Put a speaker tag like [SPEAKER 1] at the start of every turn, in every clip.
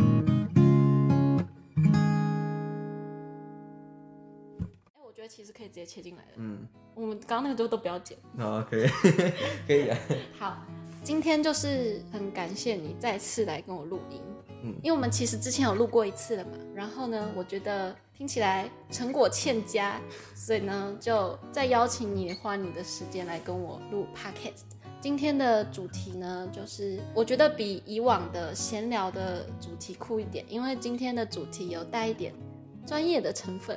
[SPEAKER 1] 哎得其实可以直接切进来的。
[SPEAKER 2] 嗯，
[SPEAKER 1] 我们刚刚那个都都不要剪。
[SPEAKER 2] 好，哦可以， 可以啊，
[SPEAKER 1] 好，今天就是很感谢你再次来跟我录音，
[SPEAKER 2] 嗯
[SPEAKER 1] 因为我们其实之前有录过一次了嘛。然后呢，我觉得听起来成果欠佳，所以呢，就再邀请你花你的时间来跟我录 podcast。今天的主题呢，就是我觉得比以往的闲聊的主题酷一点，因为今天的主题有带一点专业的成分。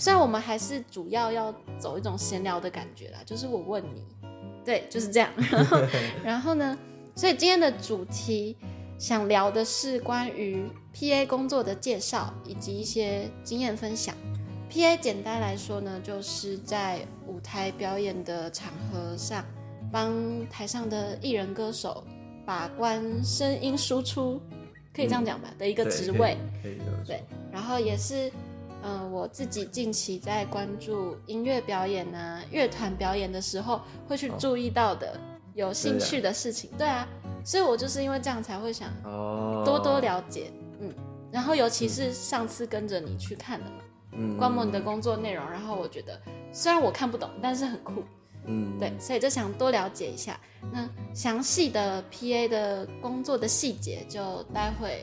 [SPEAKER 1] 虽然我们还是主要要走一种闲聊的感觉啦，就是我问你，对，就是这样。然后，然后呢？所以今天的主题想聊的是关于 PA 工作的介绍以及一些经验分享。PA 简单来说呢，就是在舞台表演的场合上，帮台上的艺人歌手把关声音输出，可以这样讲吧、的一
[SPEAKER 2] 一
[SPEAKER 1] 个职位。，
[SPEAKER 2] 可以可以这么说
[SPEAKER 1] 对，然后也是，嗯、我自己近期在关注音乐表演啊、乐团表演的时候，会去注意到的、有兴趣的事情。对啊，所以我就是因为这样才会想
[SPEAKER 2] 哦，
[SPEAKER 1] 多多，了解，嗯。然后尤其是上次跟着你去看的嘛，
[SPEAKER 2] 嗯，
[SPEAKER 1] 观摩你的工作内容，然后我觉得虽然我看不懂，但是很酷，
[SPEAKER 2] 嗯，
[SPEAKER 1] 对，所以就想多了解一下。那详细的 PA 的工作的细节，就待会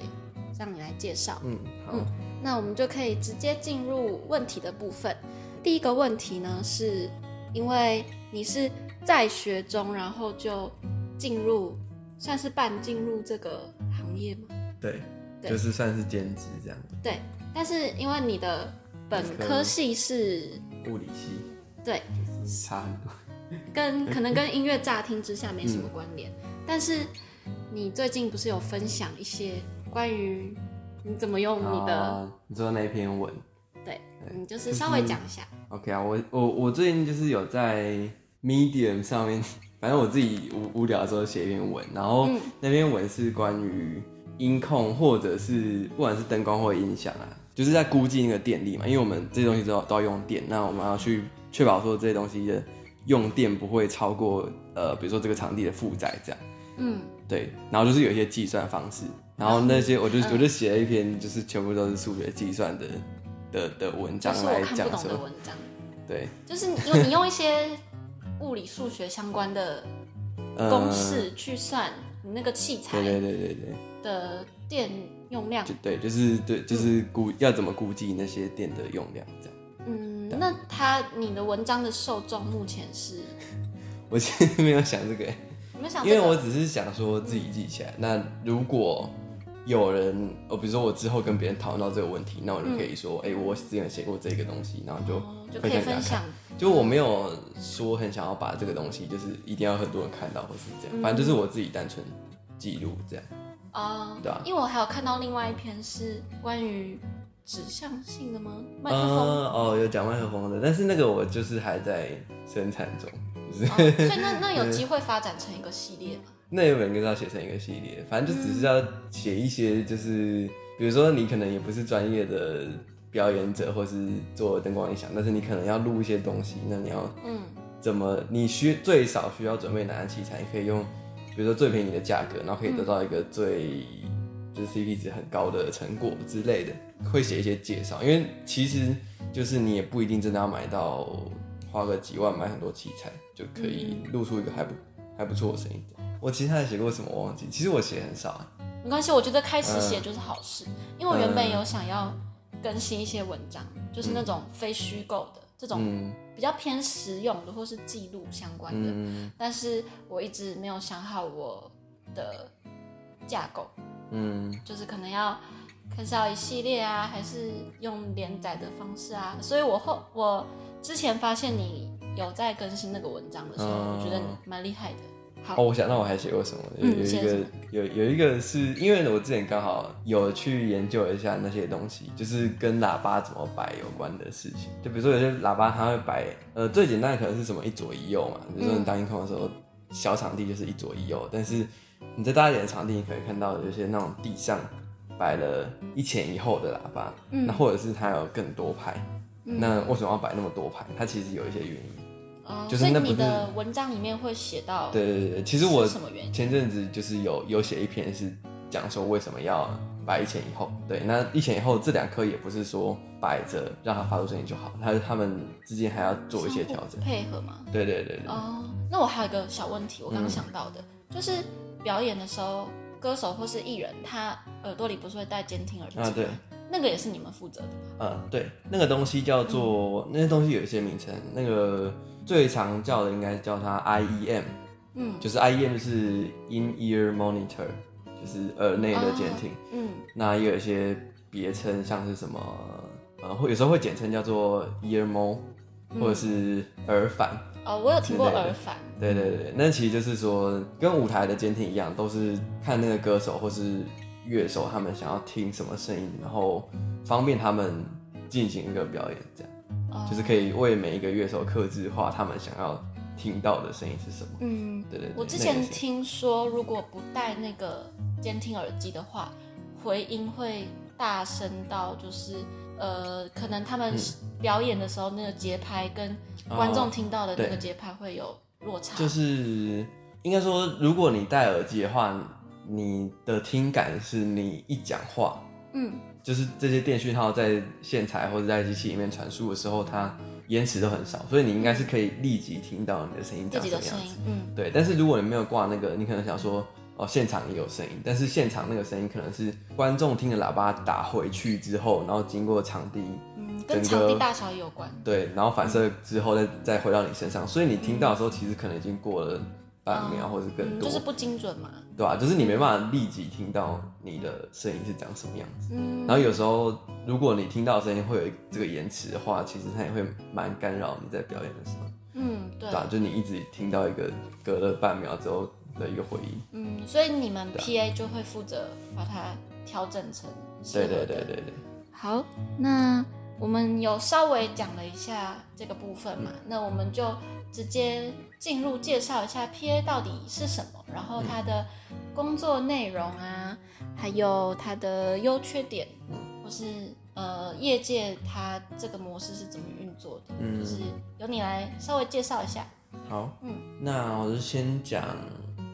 [SPEAKER 1] 让你来介绍。
[SPEAKER 2] 嗯，好，
[SPEAKER 1] 那我们就可以直接进入问题的部分。第一个问题呢，是因为你是在学中，然后就进入，算是半进入这个行业吗？
[SPEAKER 2] 对，
[SPEAKER 1] 对
[SPEAKER 2] 就是算是兼职这样，
[SPEAKER 1] 对，但是因为你的本科系是，
[SPEAKER 2] 物理系
[SPEAKER 1] 对，
[SPEAKER 2] 就是差很多，
[SPEAKER 1] 跟可能跟音乐乍听之下没什么关联，但是你最近不是有分享一些关于你怎么用你的，
[SPEAKER 2] 啊
[SPEAKER 3] 哦你说那篇文
[SPEAKER 1] 对你就是稍微讲一下，
[SPEAKER 3] ，OK 啊，我我我最近就是有在 Medium 上面，反正我自己无无聊的时候写一篇文，然后
[SPEAKER 1] 嗯
[SPEAKER 3] 那篇文是关于音控或者是不管是灯光或者音响啊，就是在估计那个电力嘛，因为我们这些东西都要都要用电，那我们要去确保说这些东西的用电不会超过呃，比如说这个场地的负载这样。
[SPEAKER 1] 嗯
[SPEAKER 3] 对，然后就是有一些计算方式，然后那些我
[SPEAKER 1] 嗯
[SPEAKER 3] 就、我就写了一篇，就是全部都是数学计算的的的文
[SPEAKER 1] 就
[SPEAKER 3] 章
[SPEAKER 1] 是
[SPEAKER 3] 来
[SPEAKER 1] 我看
[SPEAKER 3] 讲
[SPEAKER 1] 不懂的
[SPEAKER 3] 说，
[SPEAKER 1] 文章。
[SPEAKER 3] 对，
[SPEAKER 1] 就是你用你用一些物理、数学相关的
[SPEAKER 3] 呃
[SPEAKER 1] 公，式去算你那个器材
[SPEAKER 3] 对对对对对，
[SPEAKER 1] 的电用量
[SPEAKER 3] 就。对，就是对，就是估要怎么估计那些电的用量这样。
[SPEAKER 1] 嗯，那他你的文章的受众目前是，
[SPEAKER 3] 我其实没 有想这个、
[SPEAKER 1] 你们想、
[SPEAKER 3] 因为我只是想说自己记起来。那如果有人，哦，比如说我之后跟别人讨论到这个问题，那我就可以说，哎、我之前写过这个东西，然后就
[SPEAKER 1] 嗯哦就可
[SPEAKER 3] 分
[SPEAKER 1] 以
[SPEAKER 3] 享给他
[SPEAKER 1] 分
[SPEAKER 3] 看。
[SPEAKER 1] 享，
[SPEAKER 3] 就我没有说很想要把这个东西，就是一定要很多人看到或是这样，反正
[SPEAKER 1] 嗯
[SPEAKER 3] 就是我自己单纯记录这样。
[SPEAKER 1] 哦，
[SPEAKER 3] 对啊
[SPEAKER 1] 因为我还有看到另外一篇是关于指向性的吗？麦克风，
[SPEAKER 3] 嗯，哦，有讲麦克风的，但是那个我就是还在生产中，就是、
[SPEAKER 1] 哦所以那那 有机会发展成一个系列吗？
[SPEAKER 3] 那原本就是要写成一个系列，反正就只是要写一些，就是比如说你可能也不是专业的表演者，或是做灯光音响，但是你可能要录一些东西，那你要
[SPEAKER 1] 嗯，
[SPEAKER 3] 怎么你需最少需要准备哪样器材？你可以用，比如说最便宜的价格，然后可以得到一个最、就是 CP 值很高的成果之类的，会写一些介绍。因为其实就是你也不一定真的要买到花个几万买很多器材就可以录出一个还不还不错的声音。我其实还写过什么我忘记，其实我写很少啊。
[SPEAKER 1] 没关系，我觉得开始
[SPEAKER 3] 嗯
[SPEAKER 1] 写就是好事，因为我原本有想要更新一些文章，就是那种非虚构的这种
[SPEAKER 3] 嗯
[SPEAKER 1] 比较偏实用的或是记录相关的，
[SPEAKER 3] 嗯
[SPEAKER 1] 但是我一直没有想好我的架构，
[SPEAKER 3] 嗯，
[SPEAKER 1] 就是可能要看是要一系列啊，还是用连载的方式啊，所以我后我之前发现你有在更新那个文章的时候，
[SPEAKER 3] 嗯
[SPEAKER 1] 我觉得你蛮厉害的。好，
[SPEAKER 3] 哦，我想到我还写过什么，有
[SPEAKER 1] 嗯
[SPEAKER 3] 有一
[SPEAKER 1] 写什么
[SPEAKER 3] 个有有一个是因为我之前刚好有去研究一下那些东西，就是跟喇叭怎么摆有关的事情。就比如说有些喇叭它会摆，呃，最简单的可能是什么一左一右嘛，比如说
[SPEAKER 1] 嗯
[SPEAKER 3] 你当音控的时候，小场地就是一左一右，但是你在大一点的场地，你可以看到有些那种地上摆了一前一后的喇叭，
[SPEAKER 1] 嗯
[SPEAKER 3] 那或者是它有更多拍。
[SPEAKER 1] 嗯
[SPEAKER 3] 那为什么要摆那么多拍？它其实有一些原因。
[SPEAKER 1] 哦
[SPEAKER 3] 就是
[SPEAKER 1] 所以
[SPEAKER 3] 那不
[SPEAKER 1] 你
[SPEAKER 3] 是
[SPEAKER 1] 的文章里面会写到，
[SPEAKER 3] 对对对对，其实我
[SPEAKER 1] 是什么原因？
[SPEAKER 3] 前阵子就是有有写一篇是讲说为什么要摆一前一后。对，那一前一后这两颗也不是说摆着让它发出声音就好，它它们之间还要做一些调整。
[SPEAKER 1] 配合吗？
[SPEAKER 3] 对对对对，
[SPEAKER 1] 哦，那我还有一个小问题，我刚刚想到的，
[SPEAKER 3] 嗯
[SPEAKER 1] 就是表演的时候，歌手或是艺人，他耳朵里不是会戴监听耳机吗？
[SPEAKER 3] 啊对，
[SPEAKER 1] 那个也是你们负责的吗？
[SPEAKER 3] 嗯对，那个东西叫做那些东西有一些名称，那个最常叫的应该叫它 IEM，
[SPEAKER 1] 嗯
[SPEAKER 3] 就是 IEM 就是 In Ear Monitor，就是耳内的监听。
[SPEAKER 1] 嗯
[SPEAKER 3] 那也有一些别称，像是什么，呃，会有时候会简称叫做 ear mo，或
[SPEAKER 1] 嗯
[SPEAKER 3] 者是耳返。
[SPEAKER 1] 哦，我有听过
[SPEAKER 3] 之类的
[SPEAKER 1] 耳返，
[SPEAKER 3] 对对对，
[SPEAKER 1] 嗯
[SPEAKER 3] 那其实就是说，跟舞台的监听一样，都是看那个歌手或是乐手他们想要听什么声音，然后方便他们进行一个表演，这样
[SPEAKER 1] 哦
[SPEAKER 3] 就是可以为每一个乐手克制化他们想要听到的声音是什么。
[SPEAKER 1] 嗯，
[SPEAKER 3] 对对对，
[SPEAKER 1] 我之
[SPEAKER 3] 那
[SPEAKER 1] 前
[SPEAKER 3] 个是
[SPEAKER 1] 听说，如果不戴那个监听耳机的话，回音会大声到就是呃，可能他们
[SPEAKER 3] 嗯
[SPEAKER 1] 表演的时候那个节拍跟观众听到的那个
[SPEAKER 3] 哦对
[SPEAKER 1] 节拍会有落差。
[SPEAKER 3] 就是应该说，如果你戴耳机的话，你的听感是你一讲话，
[SPEAKER 1] 嗯
[SPEAKER 3] 就是这些电讯号在线材或者在机器里面传输的时候，它延迟都很少，所以你应该是可以立即听到你的声音
[SPEAKER 1] 自
[SPEAKER 3] 长
[SPEAKER 1] 己
[SPEAKER 3] 什么
[SPEAKER 1] 的
[SPEAKER 3] 样
[SPEAKER 1] 声音
[SPEAKER 3] 子。，
[SPEAKER 1] 嗯
[SPEAKER 3] 对，但是如果你没有挂那个，你可能想说。哦，现场也有声音，但是现场那个声音可能是观众听着喇叭打回去之后，然后经过场地
[SPEAKER 1] 嗯，
[SPEAKER 3] 整
[SPEAKER 1] 跟
[SPEAKER 3] 个
[SPEAKER 1] 场地大小也有关。
[SPEAKER 3] 对，然后反射之后再再回到你身上，所以你听到的时候，其实可能已经过了半秒或者更
[SPEAKER 1] 嗯，
[SPEAKER 3] 多，
[SPEAKER 1] 就是不精准嘛。
[SPEAKER 3] 对吧、就是你没办法立即听到你的声音是长什么样子。
[SPEAKER 1] 嗯，
[SPEAKER 3] 然后有时候，如果你听到的声音会有这个延迟的话，其实它也会蛮干扰你在表演的时候，
[SPEAKER 1] 嗯，对
[SPEAKER 3] 对，啊吧、就你一直听到一个隔了半秒之后的一个回音。
[SPEAKER 1] 嗯，所以你们
[SPEAKER 3] 对啊
[SPEAKER 1] PA 就会负责把它调整成适
[SPEAKER 3] 对
[SPEAKER 1] 合的
[SPEAKER 3] 对对对对。
[SPEAKER 1] 好，那我们有稍微讲了一下这个部分嘛，那我
[SPEAKER 3] 嗯
[SPEAKER 1] 们就直接进入介绍一下 PA 到底是什么，然后它的工作内容啊，还有它的优缺点，或是呃业界它这个模式是怎么运作的，
[SPEAKER 3] 嗯
[SPEAKER 1] 就是呃由你来稍微介绍一下。
[SPEAKER 3] 好，
[SPEAKER 1] 嗯
[SPEAKER 3] 嗯，那我就先讲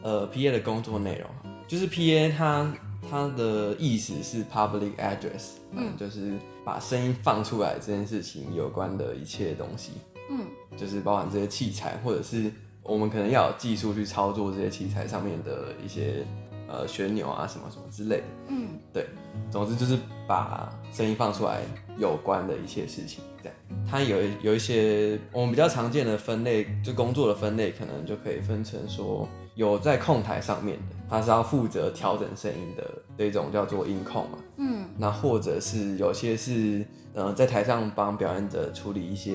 [SPEAKER 3] 呃 P A 的工作内容，就是 P A 它它的意思是 public address，嗯，就是把声音放出来这件事情有关的一切东西，
[SPEAKER 1] 嗯
[SPEAKER 3] 就是包含这些器材或者是我们可能要有技术去操作这些器材上面的一些呃旋钮啊什么什么之类的，
[SPEAKER 1] 嗯
[SPEAKER 3] 对，总之就是把声音放出来有关的一切事情，这样。它有一有一些我们比较常见的分类，就工作的分类，可能就可以分成说有在控台上面的，它是要负责调整声音的这种叫做音控嘛。
[SPEAKER 1] 嗯
[SPEAKER 3] 那或者是有些是呃在台上帮表演者处理一些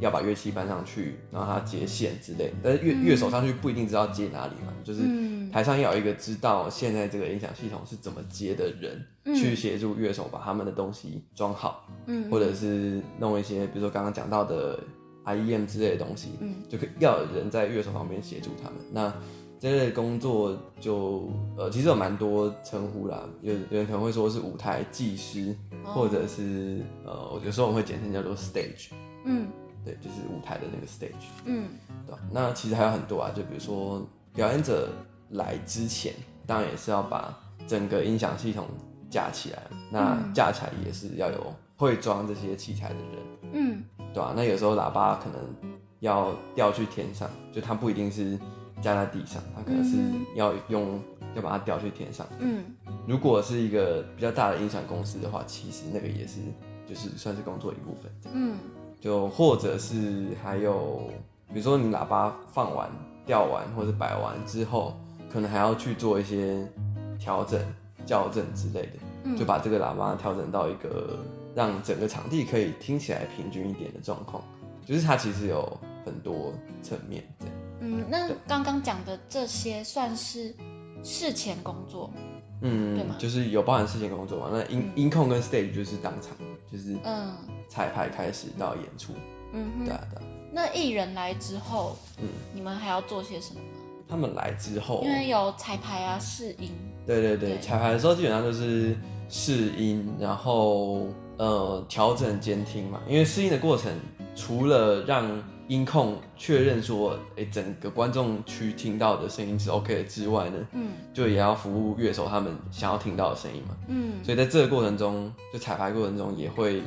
[SPEAKER 3] 要把乐器搬上去，然后他接线之类的，但是乐、乐手上去不一定知道接哪里嘛，就是
[SPEAKER 1] 嗯
[SPEAKER 3] 台上要有一个知道现在这个音响系统是怎么接的人，
[SPEAKER 1] 嗯
[SPEAKER 3] 去协助乐手把他们的东西装好，
[SPEAKER 1] 嗯，
[SPEAKER 3] 或者是弄一些比如说刚刚讲到的 IEM 之类的东西，
[SPEAKER 1] 嗯
[SPEAKER 3] 就可以要有人在乐手旁边协助他们。那这类的工作就呃，其实有蛮多称呼啦，有有人可能会说是舞台技师，
[SPEAKER 1] 哦
[SPEAKER 3] 或者是呃，我有时候我们会简称叫做 stage，
[SPEAKER 1] 嗯
[SPEAKER 3] 对，就是舞台的那个 stage。
[SPEAKER 1] 嗯
[SPEAKER 3] 对吧那其实还有很多啊，就比如说表演者来之前，当然也是要把整个音响系统架起来，那
[SPEAKER 1] 嗯
[SPEAKER 3] 架起来也是要有会装这些器材的人，
[SPEAKER 1] 嗯
[SPEAKER 3] 对啊吧、那有时候喇叭可能要吊去天上，就它不一定是架在地上，它可能是
[SPEAKER 1] 嗯
[SPEAKER 3] 要用要把它吊去天上。
[SPEAKER 1] 嗯
[SPEAKER 3] 如果是一个比较大的音响公司的话，其实那个也是就是算是工作一部分。
[SPEAKER 1] 嗯
[SPEAKER 3] 就或者是还有，比如说你喇叭放完、吊完或者摆完之后，可能还要去做一些调整、校正之类的，
[SPEAKER 1] 嗯，
[SPEAKER 3] 就把这个喇叭调整到一个让整个场地可以听起来平均一点的状况。就是它其实有很多层面这样。
[SPEAKER 1] 嗯，那刚刚讲的这些算是事前工作，对
[SPEAKER 3] 嗯
[SPEAKER 1] 吗，
[SPEAKER 3] 就是有包含事前工作嘛，那音音控跟 stage 就是当场，就是
[SPEAKER 1] 嗯
[SPEAKER 3] 彩排开始到演出，
[SPEAKER 1] 嗯
[SPEAKER 3] 对
[SPEAKER 1] 哼。
[SPEAKER 3] 啊对啊。
[SPEAKER 1] 那艺人来之后，
[SPEAKER 3] 嗯
[SPEAKER 1] 你们还要做些什么吗？
[SPEAKER 3] 他们来之后，
[SPEAKER 1] 因为有彩排啊、试音，
[SPEAKER 3] 对对
[SPEAKER 1] 对
[SPEAKER 3] 对，彩排的时候基本上就是试音，然后呃调整监听嘛，因为试音的过程除了让音控确认说，哎、整个观众区听到的声音是 OK 的之外呢，
[SPEAKER 1] 嗯
[SPEAKER 3] 就也要服务乐手他们想要听到的声音嘛。
[SPEAKER 1] 嗯
[SPEAKER 3] 所以在这个过程中，就彩排过程中也会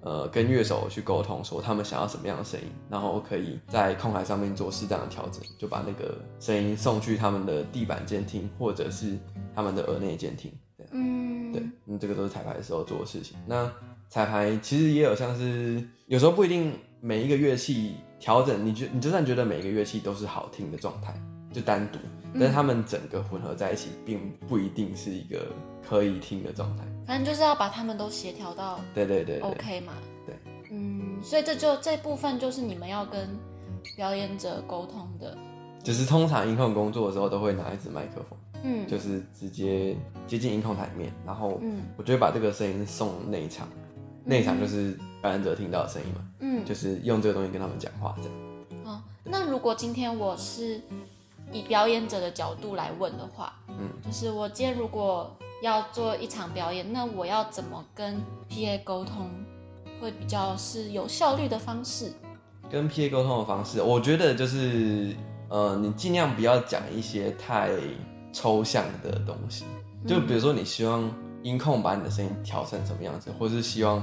[SPEAKER 3] 呃跟乐手去沟通，说他们想要什么样的声音，然后可以在控台上面做适当的调整，就把那个声音送去他们的地板监听或者是他们的耳内监听。对
[SPEAKER 1] 嗯，
[SPEAKER 3] 对，嗯，这个都是彩排的时候做的事情。那彩排其实也有像是，有时候不一定每一个乐器调整，你觉你就算觉得每一个乐器都是好听的状态，就单独，但是他们整个混合在一起，并不一定是一个可以听的状态。
[SPEAKER 1] 反正就是要把他们都协调到
[SPEAKER 3] 对对对对
[SPEAKER 1] OK 嘛。
[SPEAKER 3] 对，
[SPEAKER 1] 嗯，所以这就这部分就是你们要跟表演者沟通的。
[SPEAKER 3] 就是通常音控工作的时候都会拿一支麦克风，
[SPEAKER 1] 嗯，
[SPEAKER 3] 就是直接接近音控台面，然后
[SPEAKER 1] 嗯
[SPEAKER 3] 我就会把这个声音送内场，内场就是表演者听到的声音嘛，
[SPEAKER 1] 嗯
[SPEAKER 3] 就是用这个东西跟他们讲话这样。
[SPEAKER 1] 哦，那如果今天我是以表演者的角度来问的话，
[SPEAKER 3] 嗯，
[SPEAKER 1] 就是我今天如果要做一场表演，那我要怎么跟 PA 沟通，会比较是有效率的方式？
[SPEAKER 3] 跟 PA 沟通的方式，我觉得就是，呃，你尽量不要讲一些太抽象的东西，就比如说你希望音控把你的声音调成什么样子，或是希望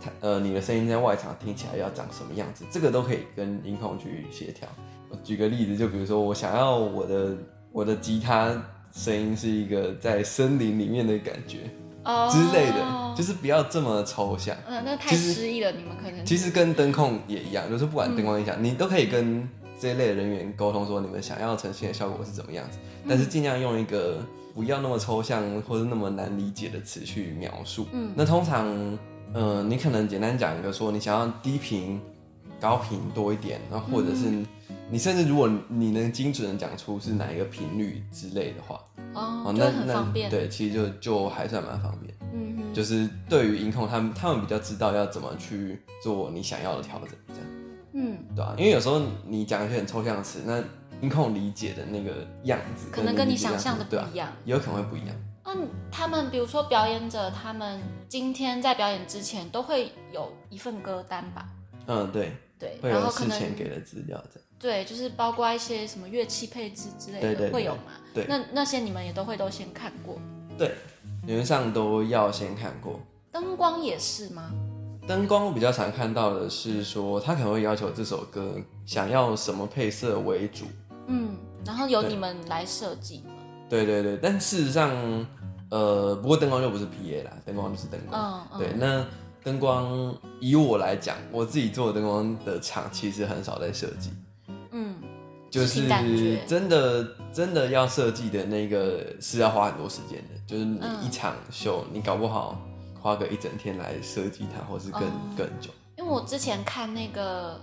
[SPEAKER 3] 它，呃，你的声音在外场听起来要长什么样子，这个都可以跟音控去协调。我举个例子，就比如说我想要我的我的吉他声音是一个在森林里面的感觉
[SPEAKER 1] 哦
[SPEAKER 3] 之类的，就是不要这么抽象。
[SPEAKER 1] 嗯，那太
[SPEAKER 3] 其实
[SPEAKER 1] 诗意了，你们可能
[SPEAKER 3] 其实跟灯控也一样，就是不
[SPEAKER 1] 嗯
[SPEAKER 3] 管灯光音响，你都可以跟这一类的人员沟通说你们想要呈现的效果是怎么样子，
[SPEAKER 1] 嗯
[SPEAKER 3] 但是尽量用一个不要那么抽象或者那么难理解的词去描述。
[SPEAKER 1] 嗯
[SPEAKER 3] 那通常，呃，你可能简单讲一个说你想要低频、高频多一点，然后或者是
[SPEAKER 1] 嗯
[SPEAKER 3] 你甚至如果你能精准的讲出是哪一个频率之类的话，
[SPEAKER 1] 哦，就
[SPEAKER 3] 那
[SPEAKER 1] 会很方便。
[SPEAKER 3] 那，对，其实就就还算蛮方便。
[SPEAKER 1] 嗯哼，
[SPEAKER 3] 就是对于音控，他们他们比较知道要怎么去做你想要的调整，这样
[SPEAKER 1] 嗯，
[SPEAKER 3] 对吧、啊因为有时候你讲一些很抽象的词，那音控理解的那个样子，
[SPEAKER 1] 可能跟你想
[SPEAKER 3] 理解
[SPEAKER 1] 象的不
[SPEAKER 3] 样子对啊
[SPEAKER 1] 一样。
[SPEAKER 3] 有可能会不一样。
[SPEAKER 1] 嗯，他们比如说表演者，他们今天在表演之前都会有一份歌单吧？
[SPEAKER 3] 嗯，对，
[SPEAKER 1] 对，
[SPEAKER 3] 会
[SPEAKER 1] 然
[SPEAKER 3] 有
[SPEAKER 1] 后可
[SPEAKER 3] 事
[SPEAKER 1] 能
[SPEAKER 3] 前给的资料这样。
[SPEAKER 1] 对，就是包括一些什么乐器配置之类的
[SPEAKER 3] 对对对
[SPEAKER 1] 会有嘛？
[SPEAKER 3] 对
[SPEAKER 1] 那那些你们也都会都先看过，
[SPEAKER 3] 对，原则上都要先看过。
[SPEAKER 1] 灯光也是吗？
[SPEAKER 3] 灯光我比较常看到的是说，他可能会要求这首歌想要什么配色为主，
[SPEAKER 1] 嗯，然后由
[SPEAKER 3] 对
[SPEAKER 1] 你们来设计嘛？
[SPEAKER 3] 对对对，但事实上，呃，不过灯光就不是 PA 啦，灯光就是灯光。
[SPEAKER 1] 嗯嗯
[SPEAKER 3] 对，那灯光以我来讲，我自己做的灯光的厂其实很少在设计，
[SPEAKER 1] 嗯，
[SPEAKER 3] 就是是
[SPEAKER 1] 凭感觉
[SPEAKER 3] 真的真的要设计的那个是要花很多时间的，就是你
[SPEAKER 1] 嗯
[SPEAKER 3] 一场秀，你搞不好花个一整天来设计它，或是更、
[SPEAKER 1] 哦
[SPEAKER 3] 更久。
[SPEAKER 1] 因为我之前看那个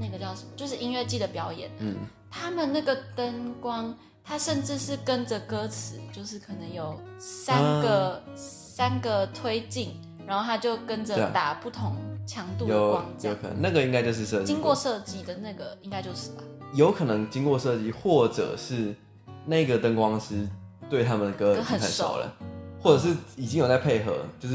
[SPEAKER 1] 那个叫什么，就是音乐季的表演，
[SPEAKER 3] 嗯，
[SPEAKER 1] 他们那个灯光，它甚至是跟着歌词，就是可能有三
[SPEAKER 3] 啊
[SPEAKER 1] 个、三个推进，然后它就跟
[SPEAKER 3] 对
[SPEAKER 1] 着
[SPEAKER 3] 啊
[SPEAKER 1] 打不同强度的
[SPEAKER 3] 有
[SPEAKER 1] 光，这
[SPEAKER 3] 有
[SPEAKER 1] 样。
[SPEAKER 3] 可能那个应该就是设计
[SPEAKER 1] 经过设计的那个应该就是吧？
[SPEAKER 3] 有可能经过设计，或者是那个灯光师对他们的歌已经很熟了，或者是已经有在配合，就是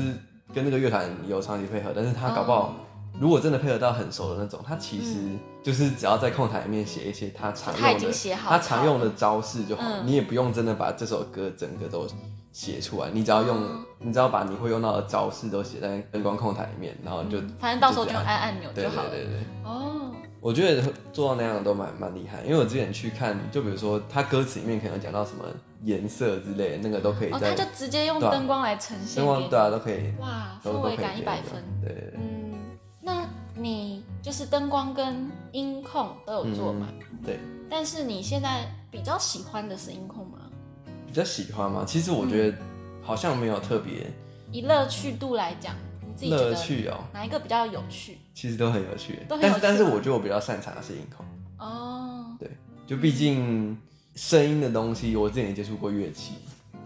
[SPEAKER 3] 跟那个乐团有长期配合，但是他搞不
[SPEAKER 1] 哦
[SPEAKER 3] 好、如果真的配合到很熟的那种，他其实就是只要在控台里面写一些他常
[SPEAKER 1] 他已
[SPEAKER 3] 用
[SPEAKER 1] 经
[SPEAKER 3] 的
[SPEAKER 1] 写好
[SPEAKER 3] 他常用的招式就好，
[SPEAKER 1] 嗯
[SPEAKER 3] 你也不用真的把这首歌整个都。写出来，你只要用，
[SPEAKER 1] 嗯
[SPEAKER 3] 你只要把你会用到的招式都写在灯光控台里面，然后就、
[SPEAKER 1] 嗯反正到时候就
[SPEAKER 3] 这样
[SPEAKER 1] 按按钮
[SPEAKER 3] 对
[SPEAKER 1] 就
[SPEAKER 3] 对
[SPEAKER 1] 好了。
[SPEAKER 3] 对对。
[SPEAKER 1] 哦，
[SPEAKER 3] 我觉得做到那样的都蛮蛮厉害，因为我之前去看，就比如说他歌词里面可能讲到什么颜色之类的，那个都可以
[SPEAKER 1] 哦，
[SPEAKER 3] 在
[SPEAKER 1] 他就直接用
[SPEAKER 3] 对啊
[SPEAKER 1] 灯光来呈现
[SPEAKER 3] 灯
[SPEAKER 1] 给你
[SPEAKER 3] 光对啊都可以，
[SPEAKER 1] 哇，氛
[SPEAKER 3] 都都可
[SPEAKER 1] 围
[SPEAKER 3] 以
[SPEAKER 1] 感一
[SPEAKER 3] 给
[SPEAKER 1] 百
[SPEAKER 3] 那个
[SPEAKER 1] 分。
[SPEAKER 3] 对对对，
[SPEAKER 1] 嗯，那你就是灯光跟音控都有做嘛？
[SPEAKER 3] 嗯对，
[SPEAKER 1] 但是你现在比较喜欢的是音控吗？
[SPEAKER 3] 比较喜欢嘛。其实我觉得好像没有特别
[SPEAKER 1] 以乐趣度来讲，你自己觉
[SPEAKER 3] 乐
[SPEAKER 1] 得
[SPEAKER 3] 趣哦、
[SPEAKER 1] 哪一个比较有趣？
[SPEAKER 3] 其实都很有趣，
[SPEAKER 1] 都很有趣啊
[SPEAKER 3] 但是但是我觉得我比较擅长的是音控，
[SPEAKER 1] 哦，
[SPEAKER 3] 就毕竟声音的东西，我之前也接触过乐器，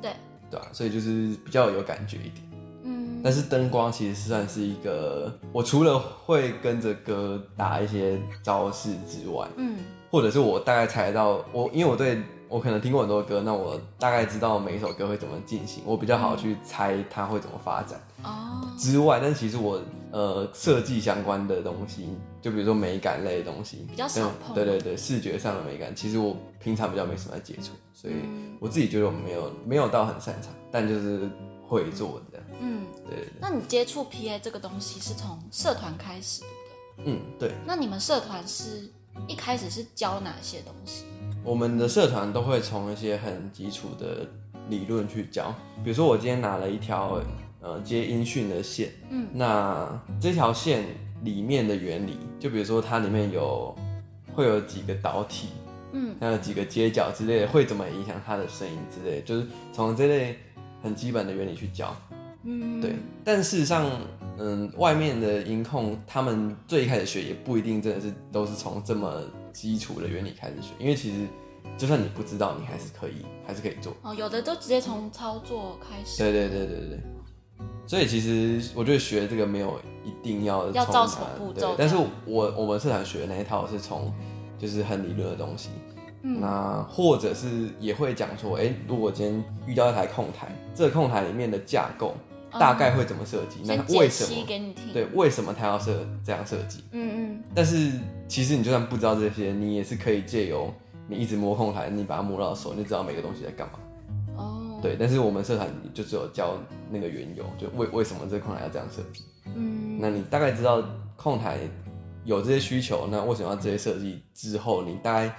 [SPEAKER 1] 对，
[SPEAKER 3] 对吧、所以就是比较有感觉一点。
[SPEAKER 1] 嗯，
[SPEAKER 3] 但是灯光其实算是一个，我除了会跟着歌打一些招式之外，
[SPEAKER 1] 嗯
[SPEAKER 3] 或者是我大概猜到我，因为我对我可能听过很多歌，那我大概知道每一首歌会怎么进行，我比较好去猜它会怎么发展
[SPEAKER 1] 哦，
[SPEAKER 3] 之外，但其实我呃设计相关的东西，就比如说美感类的东西，
[SPEAKER 1] 比较少碰
[SPEAKER 3] 对对对，视觉上的美感，其实我平常比较没什么在接触，所以
[SPEAKER 1] 嗯
[SPEAKER 3] 我自己觉得我没有没有到很擅长，但就是会做这样。
[SPEAKER 1] 嗯，
[SPEAKER 3] 对对对，
[SPEAKER 1] 那你接触 PA 这个东西是从社团开始，对不对？
[SPEAKER 3] 嗯，对。
[SPEAKER 1] 那你们社团是一开始是教哪些东西？
[SPEAKER 3] 我们的社团都会从一些很基础的理论去教，比如说我今天拿了一条呃接音讯的线，
[SPEAKER 1] 嗯，
[SPEAKER 3] 那这条线里面的原理，就比如说它里面有会有几个导体，
[SPEAKER 1] 嗯，
[SPEAKER 3] 还有几个街角之类的，会怎么影响它的声音之类的，就是从这类很基本的原理去教。
[SPEAKER 1] 嗯，
[SPEAKER 3] 对，但事实上，嗯，外面的音控他们最一开始学也不一定真的是都是从这么基础的原理开始学，因为其实就算你不知道，你还是可以，还是可以做。
[SPEAKER 1] 哦，有的都直接从操作开始，
[SPEAKER 3] 对对对对对。所以其实我觉得学这个没有一定要
[SPEAKER 1] 要
[SPEAKER 3] 从
[SPEAKER 1] 照
[SPEAKER 3] 哪
[SPEAKER 1] 什么步
[SPEAKER 3] 对
[SPEAKER 1] 骤
[SPEAKER 3] 但是
[SPEAKER 1] 这样
[SPEAKER 3] 我我们社团学的那一套是从就是很理论的东西，
[SPEAKER 1] 嗯
[SPEAKER 3] 那或者是也会讲说，哎、如果今天遇到一台控台，这个控台里面的架构大概会怎么设计？那
[SPEAKER 1] 嗯先
[SPEAKER 3] 为
[SPEAKER 1] 解
[SPEAKER 3] 什么
[SPEAKER 1] 析？给你听，
[SPEAKER 3] 对，，为什么他要设这样设计？
[SPEAKER 1] 嗯嗯，
[SPEAKER 3] 但是其实你就算不知道这些，你也是可以借由你一直摸控台，你把它摸到手，你就知道每个东西在干嘛。
[SPEAKER 1] 哦，，
[SPEAKER 3] 对，但是我们社团就只有教那个缘由，就为为什么这个控台要这样设计。
[SPEAKER 1] 嗯，
[SPEAKER 3] 那你大概知道控台有这些需求，那为什么要这些设计之后，你大概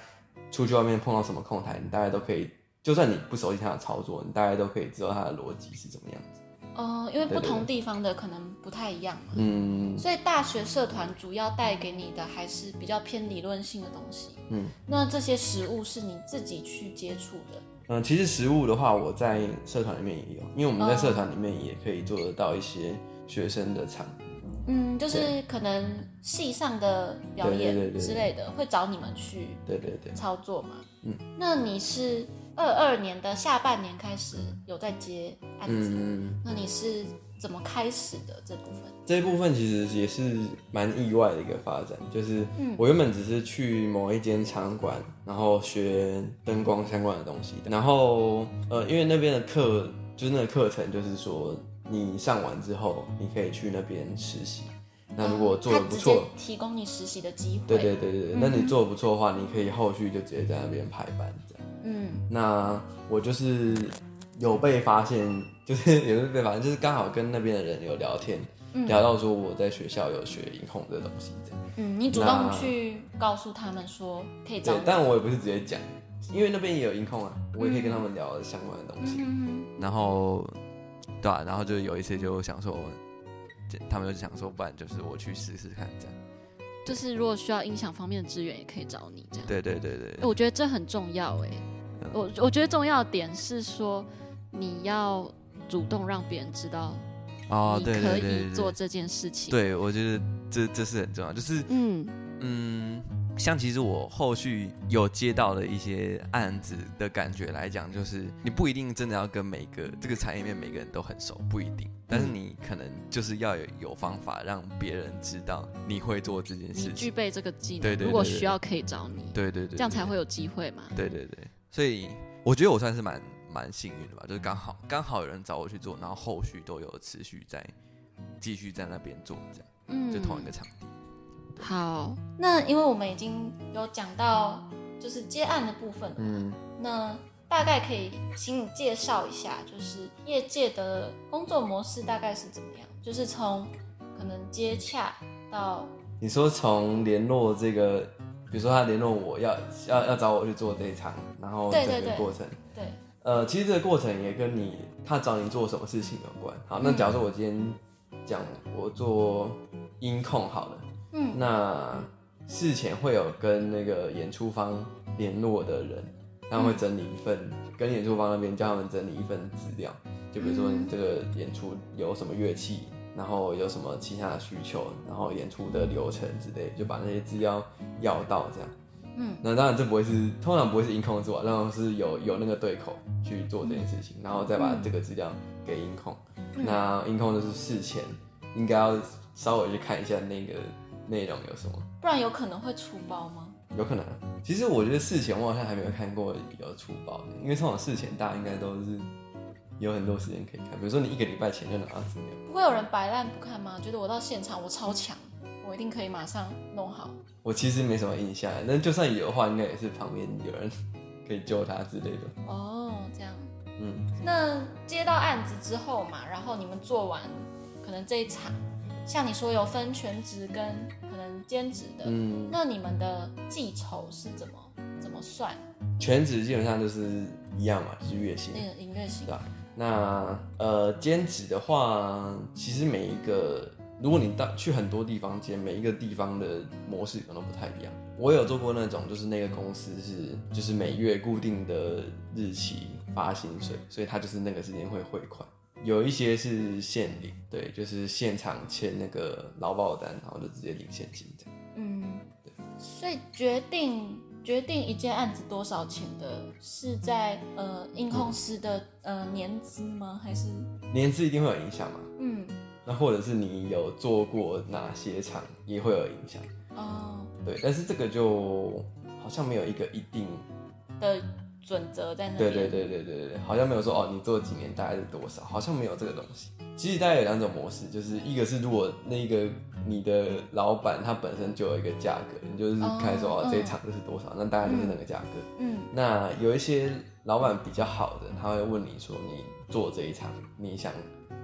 [SPEAKER 3] 出去外面碰到什么控台，你大概都可以，就算你不熟悉它的操作，你大概都可以知道它的逻辑是怎么样子。
[SPEAKER 1] 哦，因为不
[SPEAKER 3] 对对
[SPEAKER 1] 同
[SPEAKER 3] 对
[SPEAKER 1] 地方的可能不太一样嘛，
[SPEAKER 3] 嗯
[SPEAKER 1] 所以大学社团主要带给你的还是比较偏理论性的东西。
[SPEAKER 3] 嗯。
[SPEAKER 1] 那这些实物是你自己去接触的，
[SPEAKER 3] 嗯，其实实物的话，我在社团里面也有，因为我们在
[SPEAKER 1] 哦
[SPEAKER 3] 社团里面也可以做得到一些学生的场，
[SPEAKER 1] 嗯，就是可能系上的表
[SPEAKER 3] 对对对
[SPEAKER 1] 演
[SPEAKER 3] 对
[SPEAKER 1] 之类的，会找你们去
[SPEAKER 3] 对对对，
[SPEAKER 1] 操作嘛。
[SPEAKER 3] 嗯，
[SPEAKER 1] 那你是二二年的下半年开始有在接案子，
[SPEAKER 3] 嗯，
[SPEAKER 1] 那你是怎么开始的这部分？
[SPEAKER 3] 这一部分其实也是蛮意外的一个发展，就是
[SPEAKER 1] 嗯
[SPEAKER 3] 我原本只是去某一间场馆，然后学灯光相关的东西，然后呃，因为那边的课就是那个课程，就是说你上完之后，你可以去那边实习，那如果做的
[SPEAKER 1] 哦他
[SPEAKER 3] 不
[SPEAKER 1] 直
[SPEAKER 3] 错
[SPEAKER 1] 接，嗯提供你实习的机会。
[SPEAKER 3] 对对对对对，那你做的不错的话，你可以后续就直接在那边排班这样。
[SPEAKER 1] 嗯
[SPEAKER 3] 那我就是有被发现， 就是也是被发现，就是刚好跟那边的人有聊天，聊到说我在学校有学音控这东西这样。
[SPEAKER 1] 嗯，你主动
[SPEAKER 3] 那
[SPEAKER 1] 去告诉他们说可以找
[SPEAKER 3] 对
[SPEAKER 1] 你，。
[SPEAKER 3] 但我也不是直接讲，因为那边也有音控啊，我也可以跟他们聊相关的东西。
[SPEAKER 1] 嗯
[SPEAKER 3] 然后，对啊，然后就有一次就想说，这他们就想说，不然就是我去试试看这样。
[SPEAKER 1] 就是如果需要音响方面的资源，也可以找你这样。
[SPEAKER 3] 对对对对
[SPEAKER 1] 欸我觉得这很重要哎、
[SPEAKER 3] 嗯
[SPEAKER 1] 我我觉得重要的点是说，你要主动让别人知道
[SPEAKER 3] 哦，
[SPEAKER 1] 你
[SPEAKER 3] 对
[SPEAKER 1] 可
[SPEAKER 3] 对对
[SPEAKER 1] 以
[SPEAKER 3] 对
[SPEAKER 1] 做
[SPEAKER 3] 对，
[SPEAKER 1] 这件事情。
[SPEAKER 3] 对我觉得这这是很重要，就是
[SPEAKER 1] 嗯，
[SPEAKER 3] 嗯，像其实我后续有接到的一些案子的感觉来讲，就是你不一定真的要跟每个这个产业面每个人都很熟，不一定，但是你可能就是要有有方法让别人知道你会做这件
[SPEAKER 1] 你
[SPEAKER 3] 事
[SPEAKER 1] 具
[SPEAKER 3] 情。
[SPEAKER 1] 备这个技能，
[SPEAKER 3] 对对对
[SPEAKER 1] 如果
[SPEAKER 3] 对对
[SPEAKER 1] 需要可以找你，
[SPEAKER 3] 对对对
[SPEAKER 1] 这样才会有机会嘛。
[SPEAKER 3] 对对对，所以我觉得我算是蛮蛮幸运的吧，就是刚好刚好有人找我去做，然后后续都有持续在继续在那边做，这样
[SPEAKER 1] 嗯，
[SPEAKER 3] 就同一个场地。
[SPEAKER 1] 好，那因为我们已经有讲到就是接案的部分了，
[SPEAKER 3] 嗯，
[SPEAKER 1] 那大概可以请你介绍一下，就是业界的工作模式大概是怎么样？就是从可能接洽到
[SPEAKER 3] 你说从联络这个，比如说他联络我要要要找我去做这一场，然后
[SPEAKER 1] 对
[SPEAKER 3] 整
[SPEAKER 1] 对
[SPEAKER 3] 个
[SPEAKER 1] 对
[SPEAKER 3] 过程，
[SPEAKER 1] 对，
[SPEAKER 3] 呃，其实这个过程也跟你他找你做什么事情有关。好，那
[SPEAKER 1] 嗯
[SPEAKER 3] 假如说我今天讲我做音控好了，
[SPEAKER 1] 嗯，
[SPEAKER 3] 那事前会有跟那个演出方联络的人，他
[SPEAKER 1] 嗯
[SPEAKER 3] 们会整理一份、跟演出方那边叫他们整理一份资料，就比如
[SPEAKER 1] 嗯
[SPEAKER 3] 说你这个演出有什么乐器，然后有什么其他的需求，然后演出的流程之类，就把那些资料要到这样。
[SPEAKER 1] 嗯
[SPEAKER 3] 那当然这不会是，通常不会是音控做啊，当然是有有那个对口去做这件事情，然后再把这个资料给音控。那音控就是事前应该要稍微去看一下那个内容有什么，
[SPEAKER 1] 不然有可能会出包吗？
[SPEAKER 3] 有可能啊。其实我觉得事前我好像还没有看过有粗暴的，因为通常事前大家应该都是有很多时间可以看，比如说你一个礼拜前就拿到资料，
[SPEAKER 1] 不会有人摆烂不看吗？觉得我到现场我超强，我一定可以马上弄好。
[SPEAKER 3] 我其实没什么印象，但就算有的话，应该也是旁边有人 可以救他之类的。
[SPEAKER 1] 哦，这样。
[SPEAKER 3] 嗯，
[SPEAKER 1] 那接到案子之后嘛，然后你们做完可能这一场，像你说有分全职跟可能兼职的，
[SPEAKER 3] 嗯
[SPEAKER 1] 那你们的计酬是怎么怎么算？
[SPEAKER 3] 全职基本上就是一样嘛，就是月薪。
[SPEAKER 1] 那个音乐型
[SPEAKER 3] 对啊那呃，兼职的话，其实每一个，如果你到去很多地方兼，每一个地方的模式可能都不太一样。我有做过那种，就是那个公司是就是每月固定的日期发薪水，所以他就是那个时间会汇款。有一些是现领，对，就是现场签那个劳保单，然后就直接领现金这样。
[SPEAKER 1] 嗯
[SPEAKER 3] 对，
[SPEAKER 1] 所以决定决定一件案子多少钱的是在呃音控师的呃年资吗？还是
[SPEAKER 3] 年资一定会有影响嘛？
[SPEAKER 1] 嗯
[SPEAKER 3] 那或者是你有做过哪些场，也会有影响。
[SPEAKER 1] 哦、
[SPEAKER 3] 对，但是这个就好像没有一个一定，
[SPEAKER 1] 的准则在那
[SPEAKER 3] 对
[SPEAKER 1] 边？
[SPEAKER 3] 对对对对对，好像没有说哦，你做几年大概是多少，好像没有这个东西。其实大概有两种模式，就是一个是如果那个你的老板他本身就有一个价格，你就是开说
[SPEAKER 1] 哦
[SPEAKER 3] 哦
[SPEAKER 1] 嗯
[SPEAKER 3] 这一场就是多少，那大概就是那个价格。
[SPEAKER 1] 嗯
[SPEAKER 3] 那有一些老板比较好的，他会问你说你做这一场你想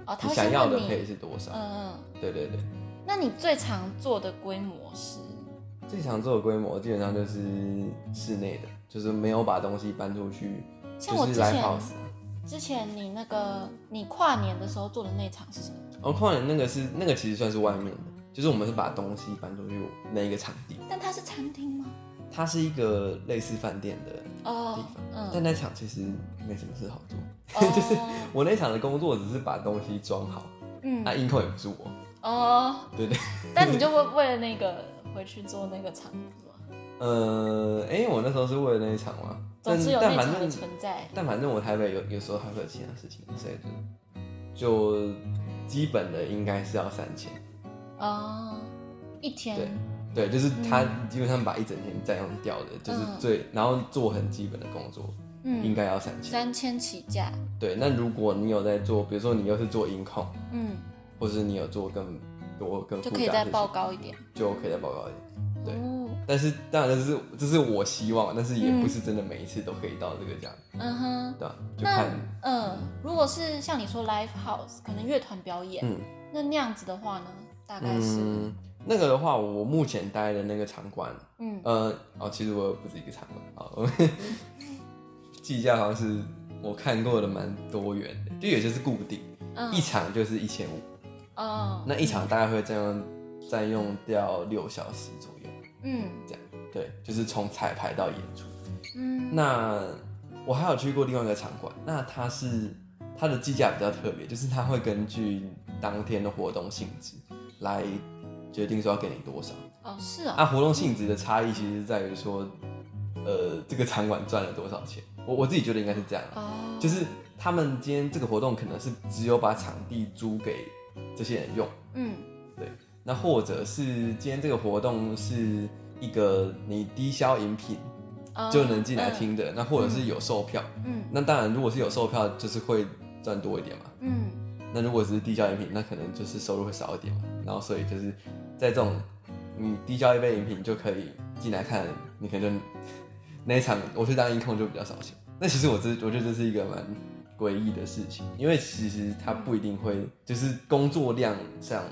[SPEAKER 1] 哦，他
[SPEAKER 3] 你
[SPEAKER 1] 会
[SPEAKER 3] 想
[SPEAKER 1] 先
[SPEAKER 3] 要的
[SPEAKER 1] 问你
[SPEAKER 3] 配是多少？
[SPEAKER 1] 嗯嗯，
[SPEAKER 3] 对对对，
[SPEAKER 1] 那你最常做的规模是？
[SPEAKER 3] 最常做的规模基本上就是室内的，就是没有把东西搬出去，
[SPEAKER 1] 像我
[SPEAKER 3] 就
[SPEAKER 1] 之
[SPEAKER 3] 是
[SPEAKER 1] 前
[SPEAKER 3] live house。
[SPEAKER 1] 之前你那个你跨年的时候做的那场是什么？
[SPEAKER 3] 然后跨年哦那个是那个其实算是外面的，就是我们是把东西搬出去那一个场地，
[SPEAKER 1] 但它是餐厅吗？
[SPEAKER 3] 它是一个类似饭店的地
[SPEAKER 1] 哦
[SPEAKER 3] 方，，但
[SPEAKER 1] 嗯，
[SPEAKER 3] 那场其实没什么事好做。
[SPEAKER 1] 哦
[SPEAKER 3] 就是我那场的工作只是把东西装好，
[SPEAKER 1] 嗯
[SPEAKER 3] 啊，音控也不是我，
[SPEAKER 1] 哦，
[SPEAKER 3] 对对。
[SPEAKER 1] 但你就为为了那个回去做那个场子吗？
[SPEAKER 3] 呃，哎、我那时候是为了那一场吗？
[SPEAKER 1] 总
[SPEAKER 3] 但
[SPEAKER 1] 之有
[SPEAKER 3] 但
[SPEAKER 1] 那
[SPEAKER 3] 反
[SPEAKER 1] 场的
[SPEAKER 3] 正
[SPEAKER 1] 存在。
[SPEAKER 3] 但反正我台北有有时候还会有其他事情，所以就就基本的应该是要三千，
[SPEAKER 1] 哦，一天
[SPEAKER 3] 对对，就是他
[SPEAKER 1] 嗯
[SPEAKER 3] 基本上把一整天占用掉的，就是
[SPEAKER 1] 嗯
[SPEAKER 3] 最、然后做很基本的工作，应
[SPEAKER 1] 嗯，
[SPEAKER 3] 该要三千。
[SPEAKER 1] 三千起价，
[SPEAKER 3] 对，那如果你有在做，比如说你又是做音控，
[SPEAKER 1] 嗯，
[SPEAKER 3] 或是你有做更多更复
[SPEAKER 1] 就
[SPEAKER 3] 杂
[SPEAKER 1] 可以
[SPEAKER 3] 的
[SPEAKER 1] 再
[SPEAKER 3] 事
[SPEAKER 1] 报
[SPEAKER 3] 情，
[SPEAKER 1] 高一点。
[SPEAKER 3] 就可以再报高一点。对
[SPEAKER 1] 哦，
[SPEAKER 3] 但是当然这是这是我希望，但是也
[SPEAKER 1] 嗯
[SPEAKER 3] 不是真的每一次都可以到这个价，
[SPEAKER 1] 嗯哼，
[SPEAKER 3] 对吧？啊就
[SPEAKER 1] 那
[SPEAKER 3] 看
[SPEAKER 1] 嗯，如果是像你说 live house，可能乐团表演，
[SPEAKER 3] 嗯。
[SPEAKER 1] 那那样子的话呢，大概是
[SPEAKER 3] 嗯，那个的话，我目前待的那个场馆，
[SPEAKER 1] 嗯
[SPEAKER 3] 呃，哦，其实我有不止一个场馆，好，我们 计价好像是我看过的蛮多元的，就有些是固定，
[SPEAKER 1] 嗯
[SPEAKER 3] 一场就是一千五，
[SPEAKER 1] 哦，
[SPEAKER 3] 那一场大概会占用占用掉六小时左右，
[SPEAKER 1] 嗯
[SPEAKER 3] 这样，对，就是从彩排到演出。
[SPEAKER 1] 嗯
[SPEAKER 3] 那我还有去过另外一个场馆，那它是它的计价比较特别，就是它会根据当天的活动性质来决定说要给你多少。
[SPEAKER 1] 哦是哦，
[SPEAKER 3] 啊，活动性质的差异其实在于说，呃，这个场馆赚了多少钱。我我自己觉得应该是这样啊，
[SPEAKER 1] 哦
[SPEAKER 3] 就是他们今天这个活动可能是只有把场地租给这些人用，
[SPEAKER 1] 嗯
[SPEAKER 3] 那或者是今天这个活动是一个你低消饮品
[SPEAKER 1] 哦
[SPEAKER 3] 就能进来听的，那或者是有售票，
[SPEAKER 1] 嗯
[SPEAKER 3] 那当然如果是有售票就是会赚多一点嘛。
[SPEAKER 1] 嗯
[SPEAKER 3] 那如果只是低消饮品，那可能就是收入会少一点嘛。然后所以就是在这种你低消一杯饮品就可以进来看，你可能就那一场我去当音控就比较少钱。那其实我这我觉得这是一个蛮诡异的事情，因为其实他不一定会就是工作量上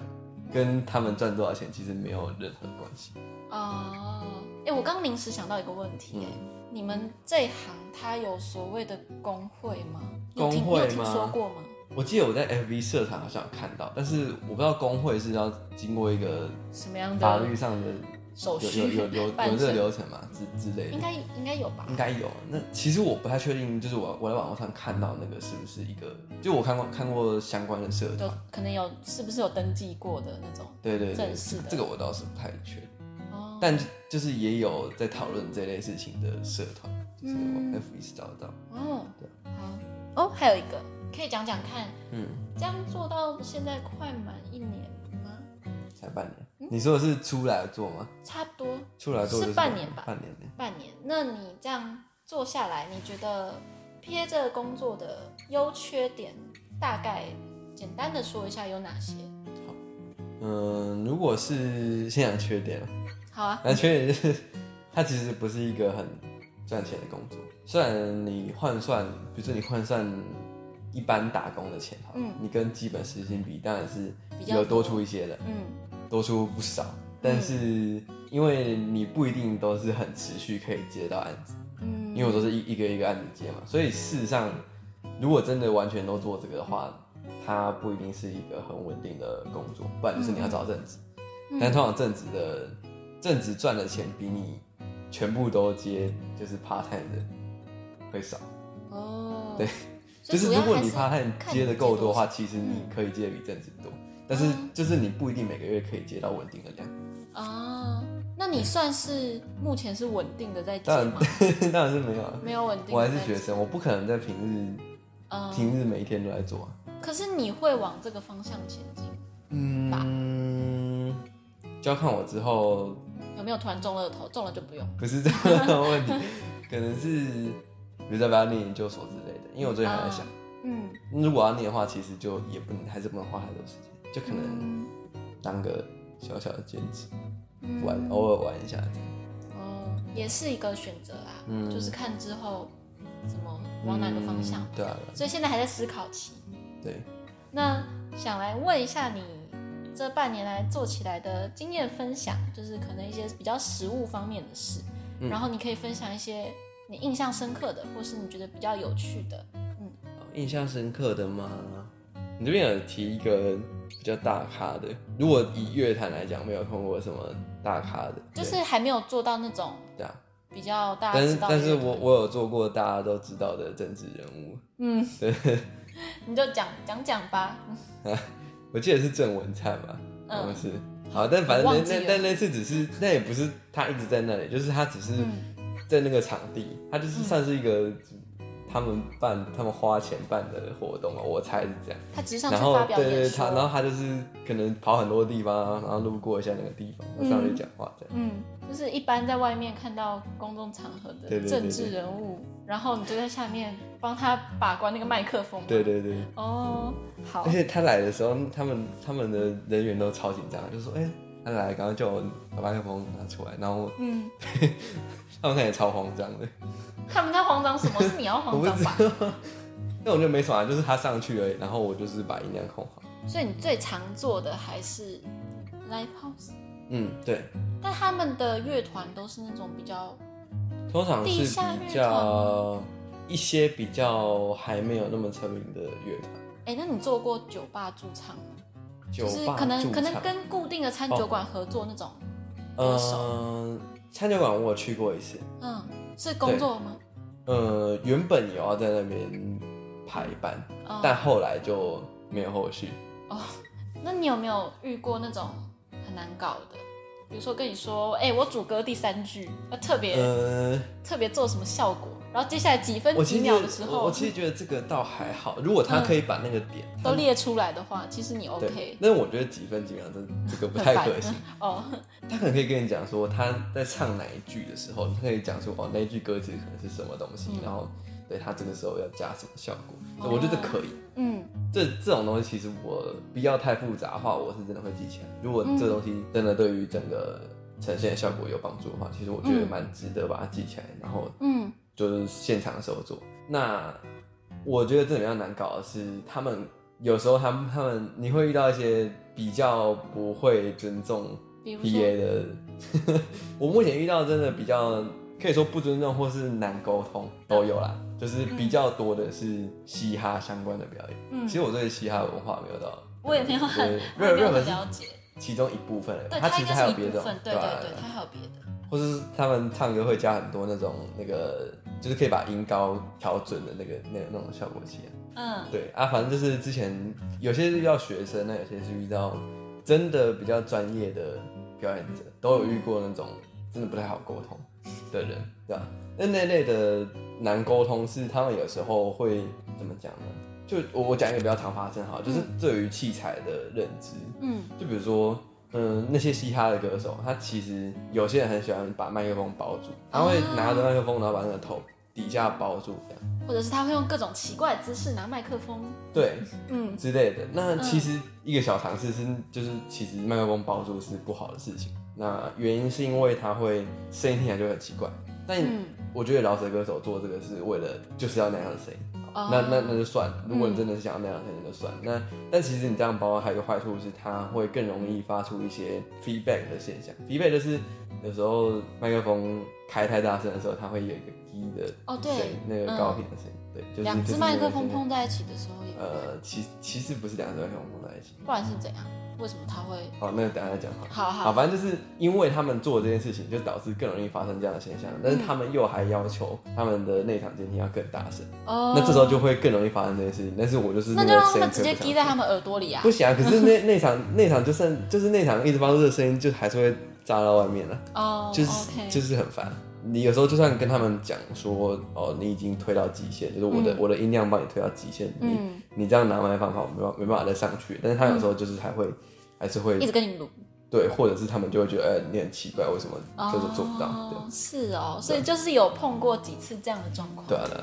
[SPEAKER 3] 跟他们赚多少钱其实没有任何关系。
[SPEAKER 1] 哦，哎，我刚临时想到一个问题，哎，
[SPEAKER 3] 嗯，
[SPEAKER 1] 你们这一行它有所谓的工会吗？你有
[SPEAKER 3] 工
[SPEAKER 1] 听
[SPEAKER 3] 会
[SPEAKER 1] 你有听
[SPEAKER 3] 吗
[SPEAKER 1] 说过吗？
[SPEAKER 3] 我记得我在 FV 社团好像有看到，但是我不知道工会是要经过一个
[SPEAKER 1] 什么样
[SPEAKER 3] 法
[SPEAKER 1] 的
[SPEAKER 3] 律上的
[SPEAKER 1] 手
[SPEAKER 3] 有
[SPEAKER 1] 续
[SPEAKER 3] 有有嗯有有
[SPEAKER 1] 办
[SPEAKER 3] 这个
[SPEAKER 1] 证？
[SPEAKER 3] 流程嘛之之类的
[SPEAKER 1] 应。该应该有吧
[SPEAKER 3] 应？该有。那其实我不太确定，就是我我在网络上看到那个是不是一个，就我看过看过相关的社
[SPEAKER 1] 有
[SPEAKER 3] 团，
[SPEAKER 1] 可能有，是不是有登记过的那种？
[SPEAKER 3] 对对对
[SPEAKER 1] 正，式的
[SPEAKER 3] 这个我倒是不太确定，
[SPEAKER 1] 哦，
[SPEAKER 3] 但就是也有在讨论这类事情的社团，就是
[SPEAKER 1] 嗯
[SPEAKER 3] 我 F 意识找得到，
[SPEAKER 1] 哦
[SPEAKER 3] 对，
[SPEAKER 1] 好哦，还有一个可以讲讲看，
[SPEAKER 3] 嗯，
[SPEAKER 1] 这样做到现在快满一年吗？
[SPEAKER 3] 才半年，
[SPEAKER 1] 嗯，
[SPEAKER 3] 你说的是出来做吗？
[SPEAKER 1] 差不多
[SPEAKER 3] 出来做就是
[SPEAKER 1] 半年吧
[SPEAKER 3] 半年呢？
[SPEAKER 1] 半年。那你这样做下来，你觉得 PA 这个工作的优缺点，大概简单的说一下有哪些？
[SPEAKER 3] 嗯，如果是先讲缺点，
[SPEAKER 1] 好啊，
[SPEAKER 3] 那缺点就是它其实不是一个很赚钱的工作。虽然你换算，比如说你换算一般打工的钱，好了，
[SPEAKER 1] 嗯
[SPEAKER 3] 你跟基本时薪比，当然是
[SPEAKER 1] 比较
[SPEAKER 3] 有多
[SPEAKER 1] 多
[SPEAKER 3] 出一些的，
[SPEAKER 1] 嗯
[SPEAKER 3] 多出不少。但是因为你不一定都是很持续可以接到案子，
[SPEAKER 1] 嗯，
[SPEAKER 3] 因为我都是一一个一个案子接嘛，所以事实上，如果真的完全都做这个的话，它不一定是一个很稳定的工作，不然就是你要找正职。
[SPEAKER 1] 嗯
[SPEAKER 3] 但通常正职的正职赚的钱比你全部都接就是 part time 的会少，
[SPEAKER 1] 哦，
[SPEAKER 3] 对
[SPEAKER 1] 所
[SPEAKER 3] 就
[SPEAKER 1] 以
[SPEAKER 3] 是
[SPEAKER 1] 主要
[SPEAKER 3] 如果
[SPEAKER 1] 还
[SPEAKER 3] 你
[SPEAKER 1] 是
[SPEAKER 3] part
[SPEAKER 1] 看你
[SPEAKER 3] time 接的够多的话，其实你
[SPEAKER 1] 嗯
[SPEAKER 3] 可以接的比正职多，但是
[SPEAKER 1] 嗯
[SPEAKER 3] 就是你不一定每个月可以接到稳定的量。
[SPEAKER 1] 哦，那你算是目前是稳定的在接
[SPEAKER 3] 当
[SPEAKER 1] 吗？
[SPEAKER 3] 然当然是没有啊，
[SPEAKER 1] 没有稳定，
[SPEAKER 3] 我还是学。生，我不可能在平日
[SPEAKER 1] 嗯，
[SPEAKER 3] 平日每一天都在做啊。
[SPEAKER 1] 可是你会往这个方向前进，
[SPEAKER 3] 嗯，就要看我之后
[SPEAKER 1] 有没有突然中了头？中了就不用。
[SPEAKER 3] 不是这样的 问题，可能是比如说要不要念研究所之类的，因为我最近还在想，
[SPEAKER 1] 嗯，
[SPEAKER 3] 如果要念的话，其实就也不能还是不能花太多时间，就可能
[SPEAKER 1] 嗯
[SPEAKER 3] 当个小小的兼职
[SPEAKER 1] 嗯
[SPEAKER 3] 玩，偶尔玩一下这样。
[SPEAKER 1] 哦，也是一个选择啦，
[SPEAKER 3] 嗯
[SPEAKER 1] 就是看之后怎么往哪个方向。
[SPEAKER 3] 嗯对啊，对啊
[SPEAKER 1] 所以现在还在思考期。
[SPEAKER 3] 对，
[SPEAKER 1] 那想来问一下你这半年来做起来的经验分享，就是可能一些比较实务方面的事，
[SPEAKER 3] 嗯
[SPEAKER 1] 然后你可以分享一些你印象深刻的，或是你觉得比较有趣的。
[SPEAKER 3] 好哦印象深刻的吗？你这边有提一个比较大咖的，如果以乐坛来讲，没有碰过什么大咖的，
[SPEAKER 1] 就
[SPEAKER 3] 对
[SPEAKER 1] 是还没有做到那种
[SPEAKER 3] 对啊。
[SPEAKER 1] 比较大家
[SPEAKER 3] 但
[SPEAKER 1] 知
[SPEAKER 3] 是，
[SPEAKER 1] 道的
[SPEAKER 3] 但
[SPEAKER 1] 乐
[SPEAKER 3] 是
[SPEAKER 1] 团
[SPEAKER 3] 我我有做过大家都知道的政治人物，
[SPEAKER 1] 嗯，你就讲讲讲吧。
[SPEAKER 3] 我记得是郑文灿吧，
[SPEAKER 1] 嗯
[SPEAKER 3] 好像是。好，但反正
[SPEAKER 1] 我
[SPEAKER 3] 那
[SPEAKER 1] 忘记了
[SPEAKER 3] 那但那次只是，那也不是他一直在那里，就是他只是
[SPEAKER 1] 嗯
[SPEAKER 3] 在那个场地，他就是算是一个、他们办他们花钱办的活动嘛，我猜是这样。
[SPEAKER 1] 他只是上去
[SPEAKER 3] 然后
[SPEAKER 1] 发表
[SPEAKER 3] 对对
[SPEAKER 1] 演
[SPEAKER 3] 对
[SPEAKER 1] 说
[SPEAKER 3] 他，，然后他就是可能跑很多地方啊，然后路过一下那个地方，然后上去讲话这样。
[SPEAKER 1] 嗯，就是一般在外面看到公众场合
[SPEAKER 3] 对对
[SPEAKER 1] 的
[SPEAKER 3] 对
[SPEAKER 1] 政治人物，然后你就在下面帮他把关那个麦克风。
[SPEAKER 3] 对。对对，
[SPEAKER 1] 哦，好
[SPEAKER 3] 而，且他来的时候，他们他们的人员都超紧张，就说：“哎、他来，赶快叫我把麦克风拿出来。”然后
[SPEAKER 1] 嗯，
[SPEAKER 3] 他们看起来超慌张 的，
[SPEAKER 1] 他们在慌张什么？是你要
[SPEAKER 3] 我
[SPEAKER 1] 慌
[SPEAKER 3] 不
[SPEAKER 1] 张
[SPEAKER 3] 知
[SPEAKER 1] 吧？
[SPEAKER 3] 道。那我就没什么啊，就是他上去而已，然后我就是把音量控好。
[SPEAKER 1] 所以你最常做的还是 live house，
[SPEAKER 3] 嗯，对，
[SPEAKER 1] 但他们的乐团都是那种比较，
[SPEAKER 3] 通常
[SPEAKER 1] 地
[SPEAKER 3] 是
[SPEAKER 1] 下乐
[SPEAKER 3] 比较一些比较还没有那么成名的乐团，
[SPEAKER 1] 哎、那你做过酒吧驻唱吗？
[SPEAKER 3] 酒
[SPEAKER 1] 就是
[SPEAKER 3] 吧
[SPEAKER 1] 可能
[SPEAKER 3] 驻
[SPEAKER 1] 可能
[SPEAKER 3] 唱
[SPEAKER 1] 跟固定的餐酒馆合作那种，歌手
[SPEAKER 3] 嗯，餐酒馆我有去过一次，
[SPEAKER 1] 嗯，是工作吗？
[SPEAKER 3] 呃，原本有要在那边排班，
[SPEAKER 1] 哦
[SPEAKER 3] 但后来就没有后续。
[SPEAKER 1] 那你有没有遇过那种很难搞的？比如说跟你说，哎、我主歌第三句要特别、
[SPEAKER 3] 呃，
[SPEAKER 1] 特别做什么效果，然后接下来几分
[SPEAKER 3] 我
[SPEAKER 1] 几
[SPEAKER 3] 其实
[SPEAKER 1] 秒的时
[SPEAKER 3] 我
[SPEAKER 1] 候
[SPEAKER 3] 我其实觉得这个倒还好，如果他可以把那个点、
[SPEAKER 1] 嗯
[SPEAKER 3] 他
[SPEAKER 1] 都列出来的话，其实你
[SPEAKER 3] 对
[SPEAKER 1] OK，，
[SPEAKER 3] 那我觉得几分几秒这这个不
[SPEAKER 1] 很
[SPEAKER 3] 太
[SPEAKER 1] 烦
[SPEAKER 3] 可行。
[SPEAKER 1] 哦，
[SPEAKER 3] 他可能可以跟你讲说他在唱哪一句的时候，他可以讲说哦那一句歌词可能是什么东西，
[SPEAKER 1] 嗯
[SPEAKER 3] 然后对他这个时候要加什么效果，
[SPEAKER 1] 哦
[SPEAKER 3] 我觉得这可以。
[SPEAKER 1] 嗯
[SPEAKER 3] 这这种东西其实我不要太复杂化，我是真的会记起来。如果这东
[SPEAKER 1] 嗯
[SPEAKER 3] 西真的对于整个呈现的效果有帮助的话，其实我觉得
[SPEAKER 1] 嗯
[SPEAKER 3] 蛮值得把它记起来，然后
[SPEAKER 1] 嗯
[SPEAKER 3] 就是现场的时候做。那我觉得这里比较难搞的是，他们有时候他们他们你会遇到一些比较不会尊重
[SPEAKER 1] 比如说
[SPEAKER 3] PA 的， 我目前遇到真的比较可以说不尊重或是难沟通都有啦，就是比较多的是嘻哈相关的表演。
[SPEAKER 1] 嗯
[SPEAKER 3] 其实我对嘻哈文化没有到，
[SPEAKER 1] 我也没有很我也没
[SPEAKER 3] 热
[SPEAKER 1] 有
[SPEAKER 3] 热
[SPEAKER 1] 很
[SPEAKER 3] 门是
[SPEAKER 1] 了解，
[SPEAKER 3] 其中一部分而已，
[SPEAKER 1] 对，
[SPEAKER 3] 它
[SPEAKER 1] 它
[SPEAKER 3] 其
[SPEAKER 1] 应
[SPEAKER 3] 实还
[SPEAKER 1] 该
[SPEAKER 3] 有
[SPEAKER 1] 是
[SPEAKER 3] 别啊
[SPEAKER 1] 一部
[SPEAKER 3] 种
[SPEAKER 1] 分，，对
[SPEAKER 3] 吧
[SPEAKER 1] 对对，它还有别的，
[SPEAKER 3] 或是他们唱歌会加很多那种那个，就是可以把音高调准的那个那那种效果器啊。
[SPEAKER 1] 嗯
[SPEAKER 3] 对啊，反正就是之前有些是遇到学生，那有些是遇到真的比较专业的表演者，都有遇过那种真的不太好沟通的人，对吧、那那类的难沟通是他们有时候会怎么讲呢？就我我讲一个比较常发生哈，就是对于器材的认知，
[SPEAKER 1] 嗯
[SPEAKER 3] 就比如说嗯，那些嘻哈的歌手，他其实有些人很喜欢把麦克风包住，他会拿
[SPEAKER 1] 哦
[SPEAKER 3] 着麦克风，然后把那个头底下包住，这样
[SPEAKER 1] 或者是他会用各种奇怪的姿势拿麦克风，
[SPEAKER 3] 对
[SPEAKER 1] 嗯，
[SPEAKER 3] 之类的。那其实一个小尝试是，就是其实麦克风包住是不好的事情。那原因是因为它会声音听起来就很奇怪，但
[SPEAKER 1] 嗯
[SPEAKER 3] 我觉得饶舌歌手做这个是为了就是要那样的声音。
[SPEAKER 1] 哦嗯
[SPEAKER 3] 那那那就算了，如果你真的是想要那样的声音就算了。那但其实你这样包，还有一个坏处是，它会更容易发出一些 feedback 的现象。feedback 就是有时候麦克风开太大声的时候，它会有一个低的
[SPEAKER 1] 哦对
[SPEAKER 3] 声音那个高频的声音，对，就是
[SPEAKER 1] 两
[SPEAKER 3] 就
[SPEAKER 1] 只
[SPEAKER 3] 是
[SPEAKER 1] 麦
[SPEAKER 3] 那个
[SPEAKER 1] 克风
[SPEAKER 3] 声音
[SPEAKER 1] 碰在一起的时候也，
[SPEAKER 3] 呃，其其实不是两只麦克风碰在一起。
[SPEAKER 1] 不然是怎样？为什么他会？
[SPEAKER 3] 好，那个等一下再讲好了。
[SPEAKER 1] 好
[SPEAKER 3] 好，
[SPEAKER 1] 好，
[SPEAKER 3] 反正就是因为他们做这件事情，就导致更容易发生这样的现象。但是
[SPEAKER 1] 嗯
[SPEAKER 3] 他们又还要求他们的内场监听要更大声，
[SPEAKER 1] 哦，
[SPEAKER 3] 那这时候就会更容易发生这件事情。但是我就是
[SPEAKER 1] 那
[SPEAKER 3] 个
[SPEAKER 1] 就让他
[SPEAKER 3] 声音
[SPEAKER 1] 们直接
[SPEAKER 3] 特别
[SPEAKER 1] 滴在他们耳朵里啊
[SPEAKER 3] 不。行啊，可是那那场那场就算就是那场一直发出的声音，就还是会炸到外面了，
[SPEAKER 1] 哦，
[SPEAKER 3] 就是
[SPEAKER 1] OK，
[SPEAKER 3] 就是很烦。你有时候就算跟他们讲说，哦，你已经推到极限，就是我的、
[SPEAKER 1] 嗯
[SPEAKER 3] 我的音量帮你推到极限，你
[SPEAKER 1] 嗯，
[SPEAKER 3] 你这样拿麦克风跑没办法没办法再上去，但是他有时候就是还会、
[SPEAKER 1] 嗯
[SPEAKER 3] 还是会
[SPEAKER 1] 一直跟你撸，
[SPEAKER 3] 对，或者是他们就会觉得，哎、你很奇怪，为什么就是做不到？
[SPEAKER 1] 哦，是哦，所以就是有碰过几次这样的状况。
[SPEAKER 3] 对对啊，对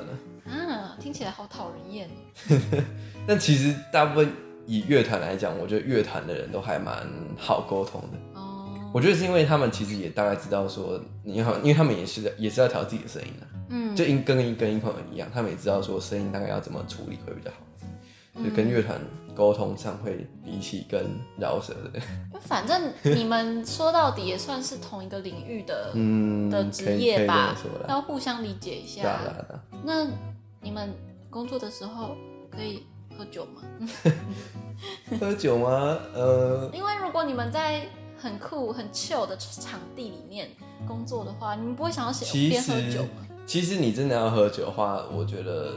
[SPEAKER 3] 啊，对啊。
[SPEAKER 1] 啊，听起来好讨人厌哦。
[SPEAKER 3] 但其实大部分以乐团来讲，我觉得乐团的人都还蛮好沟通的。
[SPEAKER 1] 哦，
[SPEAKER 3] 我觉得是因为他们其实也大概知道说，你好，因为他们也是在也是要调自己的声音的、啊
[SPEAKER 1] 嗯，
[SPEAKER 3] 就音跟音跟音朋友一样，他们也知道说声音大概要怎么处理会比较好，就
[SPEAKER 1] 嗯
[SPEAKER 3] 跟乐团沟通上会比起跟饶舌 的，
[SPEAKER 1] 就反正你们说到底也算是同一个领域的
[SPEAKER 3] 嗯，
[SPEAKER 1] 的
[SPEAKER 3] 可
[SPEAKER 1] 职
[SPEAKER 3] 以可
[SPEAKER 1] 业
[SPEAKER 3] 以这么
[SPEAKER 1] 吧
[SPEAKER 3] 说，啦，
[SPEAKER 1] 要互相理解一
[SPEAKER 3] 对啊
[SPEAKER 1] 下
[SPEAKER 3] 对。啊对啊，
[SPEAKER 1] 那你们工作的时候可以喝酒吗？
[SPEAKER 3] 喝酒吗？呃，
[SPEAKER 1] 因为如果你们在很酷、很 chill 的场地里面工作的话，你们不会想要写
[SPEAKER 3] 其
[SPEAKER 1] 边
[SPEAKER 3] 实
[SPEAKER 1] 喝酒吗？
[SPEAKER 3] 其实你真的要喝酒的话，我觉得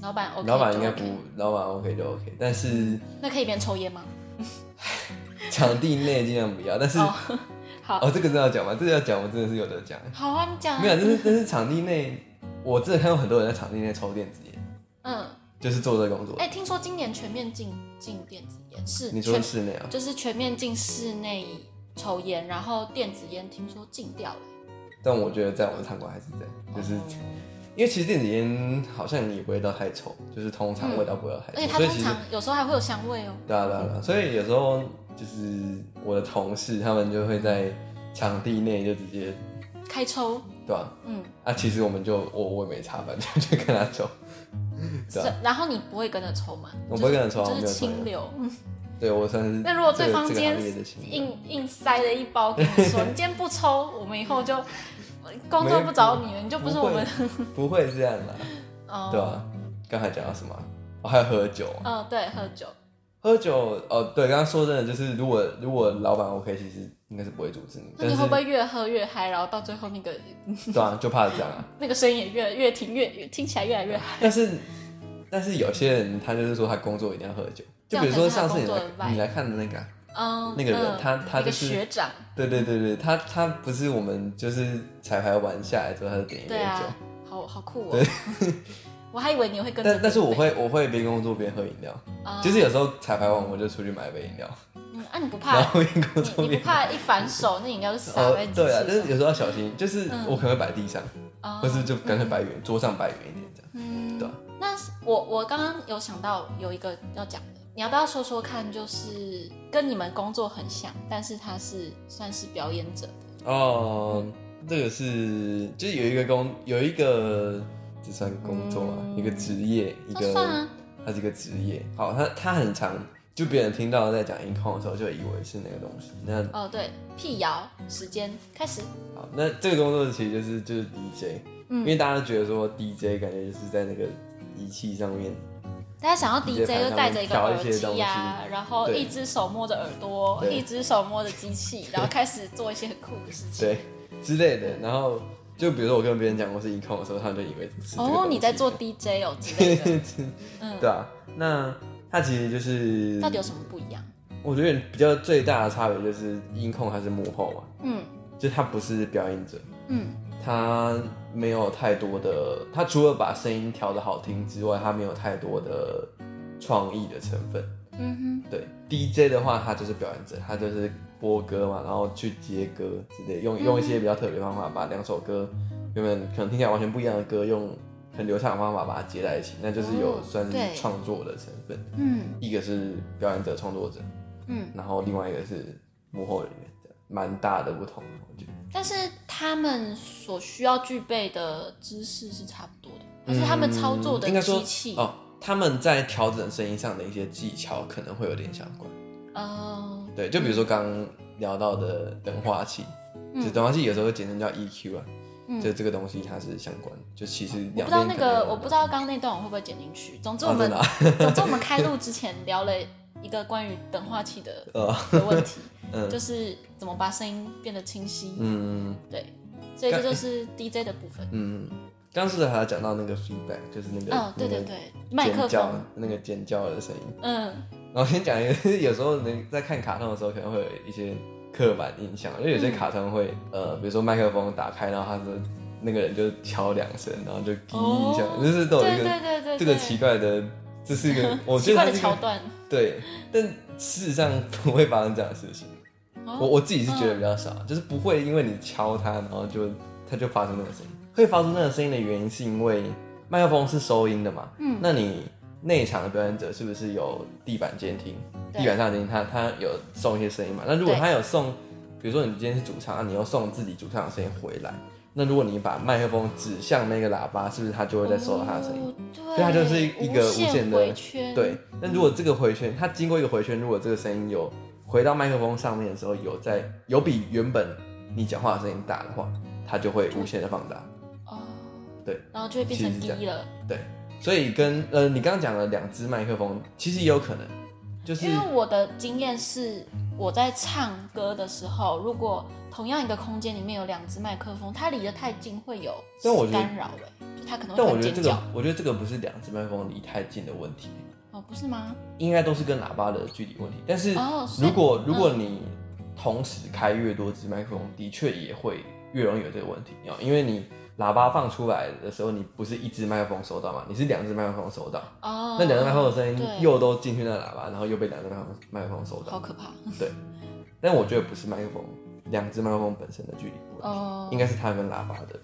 [SPEAKER 1] 老板 OK，
[SPEAKER 3] 老板
[SPEAKER 1] 就
[SPEAKER 3] 应该
[SPEAKER 1] OK
[SPEAKER 3] 不，老板 OK 就 OK，但是
[SPEAKER 1] 那可以边抽烟吗？
[SPEAKER 3] 场地内尽量不要。但是
[SPEAKER 1] 哦
[SPEAKER 3] 哦，
[SPEAKER 1] 好，
[SPEAKER 3] 这个真的要讲吗？这个要讲，我真的是有的讲。
[SPEAKER 1] 好啊，你讲啊。
[SPEAKER 3] 没有，但是但是场地内，我真的看到很多人在场地内抽电子烟，
[SPEAKER 1] 嗯，
[SPEAKER 3] 就是做这个工作。
[SPEAKER 1] 哎、听说今年全面禁禁电子烟，是
[SPEAKER 3] 你说
[SPEAKER 1] 全
[SPEAKER 3] 是室内啊？
[SPEAKER 1] 就是全面禁室内抽烟，然后电子烟听说禁掉了。
[SPEAKER 3] 但我觉得在我们餐馆还是这样，就是
[SPEAKER 1] 哦
[SPEAKER 3] 因为其实电子烟好像你也不会到太臭，就是通常味道不会到太
[SPEAKER 1] 嗯而
[SPEAKER 3] 臭，
[SPEAKER 1] 且它
[SPEAKER 3] 所以
[SPEAKER 1] 通
[SPEAKER 3] 其实
[SPEAKER 1] 常有时候还会有香味哦。
[SPEAKER 3] 对啊对啊，对啊所以有时候就是我的同事他们就会在场地内就直接
[SPEAKER 1] 开抽，
[SPEAKER 3] 对吧、
[SPEAKER 1] 嗯，
[SPEAKER 3] 啊？其实我们就我我也没查，反正就跟他走。
[SPEAKER 1] 是
[SPEAKER 3] 对啊，
[SPEAKER 1] 然后你不会跟着抽吗？
[SPEAKER 3] 我不会跟着抽啊
[SPEAKER 1] 就是
[SPEAKER 3] 我没
[SPEAKER 1] 就
[SPEAKER 3] 有
[SPEAKER 1] 是
[SPEAKER 3] 抽烟
[SPEAKER 1] 清流。嗯
[SPEAKER 3] 对我算是
[SPEAKER 1] 那如果对方
[SPEAKER 3] 这
[SPEAKER 1] 今
[SPEAKER 3] 个这个行业
[SPEAKER 1] 天
[SPEAKER 3] 的新人，
[SPEAKER 1] 硬硬塞了一包跟你说，你今天不抽，我们以后就 工作不找你了，你就不是我们。
[SPEAKER 3] 不会这样啦，
[SPEAKER 1] 哦，
[SPEAKER 3] 对吧、啊？刚才讲到什么啊？哦，还有喝酒啊，
[SPEAKER 1] 嗯，对，喝酒。
[SPEAKER 3] 喝酒哦，对，刚刚说真的，就是如果如果老板 OK，其实应该是不会阻止你，
[SPEAKER 1] 那
[SPEAKER 3] 但
[SPEAKER 1] 你
[SPEAKER 3] 是
[SPEAKER 1] 会不会越喝越嗨，然后到最后那个
[SPEAKER 3] 对啊，就怕这样啊。
[SPEAKER 1] 那个声音也越越听越越听起来越来越嗨？
[SPEAKER 3] 但是但是有些人他就是说他工作一定要喝酒，
[SPEAKER 1] 这
[SPEAKER 3] 就
[SPEAKER 1] 样
[SPEAKER 3] 比如说
[SPEAKER 1] 才是他
[SPEAKER 3] 上次你
[SPEAKER 1] 工作
[SPEAKER 3] 来
[SPEAKER 1] 的 vibe
[SPEAKER 3] 你来看的那个啊、
[SPEAKER 1] 嗯，
[SPEAKER 3] 那个人
[SPEAKER 1] 嗯
[SPEAKER 3] 他他
[SPEAKER 1] 那个
[SPEAKER 3] 就是
[SPEAKER 1] 学长，
[SPEAKER 3] 对对对对，他他不是我们就是彩排完下来之后，他就点一杯
[SPEAKER 1] 对
[SPEAKER 3] 酒，
[SPEAKER 1] 啊，好好酷哦。 我还以为你会跟着
[SPEAKER 3] 但
[SPEAKER 1] 准备，
[SPEAKER 3] 但是我会我会边工作边喝饮料，
[SPEAKER 1] 啊，
[SPEAKER 3] 就是有时候彩排完我就出去买一杯饮料，
[SPEAKER 1] 嗯啊，你不怕
[SPEAKER 3] 然后边工作
[SPEAKER 1] 你你
[SPEAKER 3] 边
[SPEAKER 1] 不。怕一反手，那饮料就洒
[SPEAKER 3] 哦
[SPEAKER 1] 在你，
[SPEAKER 3] 对啊，但
[SPEAKER 1] 身
[SPEAKER 3] 是
[SPEAKER 1] 上
[SPEAKER 3] 有时候要小心，就是我可能会摆地上，
[SPEAKER 1] 嗯哦
[SPEAKER 3] 或是就干脆摆远，桌上摆远一点这样。
[SPEAKER 1] 嗯
[SPEAKER 3] 对啊，
[SPEAKER 1] 那是我我刚刚有想到有一个要讲的，你要不要说说看？就是跟你们工作很像，但是他是算是表演者的，
[SPEAKER 3] 哦，这个是就是有一个工，有一个这算工作嘛，一个职业，一
[SPEAKER 1] 那嗯算
[SPEAKER 3] 个
[SPEAKER 1] 啊，
[SPEAKER 3] 它是一个职业。好，它它很长，就别人听到在讲音控的时候，就以为是那个东西。那
[SPEAKER 1] 哦对，辟谣时间开始，
[SPEAKER 3] 好，那这个工作其实就是就是 DJ，、因
[SPEAKER 1] 嗯
[SPEAKER 3] 为大家都觉得说 DJ 感觉就是在那个仪器上面，
[SPEAKER 1] 大家想要 DJ
[SPEAKER 3] 直接盘
[SPEAKER 1] 就戴着一个
[SPEAKER 3] 上面
[SPEAKER 1] 耳
[SPEAKER 3] 调一些东
[SPEAKER 1] 机
[SPEAKER 3] 西
[SPEAKER 1] 呀，然后
[SPEAKER 3] 对
[SPEAKER 1] 一只手摸着耳朵，
[SPEAKER 3] 对
[SPEAKER 1] 一只手摸着机器，然后开始做一些很酷的事情。
[SPEAKER 3] 对之类的。然后就比如说我跟别人讲我是音控的时候，他们就以为是这个
[SPEAKER 1] 哦，
[SPEAKER 3] 东西
[SPEAKER 1] 你在做 DJ 哦之类的， 嗯
[SPEAKER 3] 对啊，那它其实就是
[SPEAKER 1] 到底有什么不一样？
[SPEAKER 3] 我觉得比较最大的差别就是音控还是幕后嘛，
[SPEAKER 1] 嗯
[SPEAKER 3] 就他不是表演者，
[SPEAKER 1] 嗯，
[SPEAKER 3] 他没有太多的，他除了把声音调的好听之外，他没有太多的创意的成分。
[SPEAKER 1] 嗯
[SPEAKER 3] 对 DJ 的话，他就是表演者，他就是播歌嘛，然后去接歌之类，用用一
[SPEAKER 1] 嗯
[SPEAKER 3] 些比较特别的方法，把两首歌原本可能听起来完全不一样的歌，用很流畅的方法把它接在一起，那就是有
[SPEAKER 1] 哦
[SPEAKER 3] 算是
[SPEAKER 1] 对
[SPEAKER 3] 创作的成分。
[SPEAKER 1] 嗯
[SPEAKER 3] 一个是表演者、创作者，
[SPEAKER 1] 嗯，
[SPEAKER 3] 然后另外一个是幕后人员，这样蛮大的不同，我觉得。
[SPEAKER 1] 但是他们所需要具备的知识是差不多的，还是他们操作的
[SPEAKER 3] 嗯应该说
[SPEAKER 1] 机器？
[SPEAKER 3] 哦，他们在调整声音上的一些技巧可能会有点相关。
[SPEAKER 1] 哦，
[SPEAKER 3] 对，就比如说刚刚聊到的等化器，
[SPEAKER 1] 嗯
[SPEAKER 3] 就等化器有时候会简称叫 EQ 啊，
[SPEAKER 1] 嗯
[SPEAKER 3] 就这个东西它是相关的，就其实
[SPEAKER 1] 我不
[SPEAKER 3] 两
[SPEAKER 1] 知道
[SPEAKER 3] 边
[SPEAKER 1] 那
[SPEAKER 3] 可能
[SPEAKER 1] 个，
[SPEAKER 3] 有
[SPEAKER 1] 我不知道刚刚那段我会不会剪进去。总之我
[SPEAKER 3] 哦
[SPEAKER 1] 们
[SPEAKER 3] 真的啊
[SPEAKER 1] 总之，我们开录之前聊了一个关于等化器的
[SPEAKER 3] 呃
[SPEAKER 1] 的问题，
[SPEAKER 3] 嗯
[SPEAKER 1] 就是怎么把声音变得清晰。
[SPEAKER 3] 嗯
[SPEAKER 1] 对，所以这就是 DJ 的部分。
[SPEAKER 3] 嗯，刚是还讲到那个 feedback，就是那个
[SPEAKER 1] 哦，对对，对，麦
[SPEAKER 3] 那个
[SPEAKER 1] 克
[SPEAKER 3] 嗯尖叫
[SPEAKER 1] 风，
[SPEAKER 3] 那个尖叫的声音。
[SPEAKER 1] 嗯
[SPEAKER 3] 然后先讲一个， 就是有时候你在看卡通的时候，可能会有一些刻板印象，因为
[SPEAKER 1] 嗯
[SPEAKER 3] 有些卡通会，呃，比如说麦克风打开，然后他说那个人就敲两声，然后就滴一下，
[SPEAKER 1] 哦
[SPEAKER 3] 就是都有一
[SPEAKER 1] 对
[SPEAKER 3] 个
[SPEAKER 1] 对对对，
[SPEAKER 3] 这个
[SPEAKER 1] 对
[SPEAKER 3] 奇怪的，这是一 个我
[SPEAKER 1] 奇
[SPEAKER 3] 觉得
[SPEAKER 1] 怪
[SPEAKER 3] 它
[SPEAKER 1] 的
[SPEAKER 3] 是一
[SPEAKER 1] 桥
[SPEAKER 3] 个
[SPEAKER 1] 段。
[SPEAKER 3] 对，但事实上不会发生这样的事情。
[SPEAKER 1] 嗯哦嗯
[SPEAKER 3] 我我自己是觉得比较少，就是不会因为你敲它，然后就它就发出那个声音。会发出那个声音的原因是因为麦克风是收音的嘛，
[SPEAKER 1] 嗯
[SPEAKER 3] 那你内场的表演者是不是有地板监听？
[SPEAKER 1] 对
[SPEAKER 3] 地板上监听它它有送一些声音嘛？那如果
[SPEAKER 1] 对
[SPEAKER 3] 它有送，比如说你今天是主唱，啊你又送自己主唱的声音回来，那如果你把麦克风指向那个喇叭，是不是它就会再收到它的声音？
[SPEAKER 1] 哦对，所
[SPEAKER 3] 以它就是一个无限的
[SPEAKER 1] 回圈。
[SPEAKER 3] 对，那如果这个回圈，它经过一个回圈，如果这个声音有回到麦克风上面的时候，有在有比原本你讲话的声音大的话，它就会无限的放大。
[SPEAKER 1] 哦，
[SPEAKER 3] 对，
[SPEAKER 1] 然后就会变成
[SPEAKER 3] 其实是这
[SPEAKER 1] 低了。
[SPEAKER 3] 对，所以跟呃你刚刚讲的两只麦克风，其实也有可能，就是
[SPEAKER 1] 因为我的经验是，我在唱歌的时候，如果同样一个空间里面有两只麦克风，它离得太近会有
[SPEAKER 3] 但我觉得
[SPEAKER 1] 干扰哎，就它可能
[SPEAKER 3] 但
[SPEAKER 1] 会突然
[SPEAKER 3] 我觉得
[SPEAKER 1] 尖
[SPEAKER 3] 这
[SPEAKER 1] 叫、
[SPEAKER 3] 个我觉得这个不是两只麦克风离太近的问题，
[SPEAKER 1] 哦，不是吗？
[SPEAKER 3] 应该都是跟喇叭的距离问题。但是
[SPEAKER 1] 哦所以
[SPEAKER 3] 如果、如果
[SPEAKER 1] 嗯
[SPEAKER 3] 你同时开越多支麦克风，的确也会越容易有这个问题啊，因为你喇叭放出来的时候，你不是一支麦克风收到嘛，你是两支麦克风收到，
[SPEAKER 1] 哦，
[SPEAKER 3] 那两支麦克风的声
[SPEAKER 1] 对
[SPEAKER 3] 音又都进去那喇叭，然后又被两支麦克风麦克风收
[SPEAKER 1] 好
[SPEAKER 3] 到。
[SPEAKER 1] 可怕
[SPEAKER 3] 对，但我觉得不是麦克风，两支麦克风本身的距离问题，
[SPEAKER 1] 哦
[SPEAKER 3] 应该是它跟喇叭的，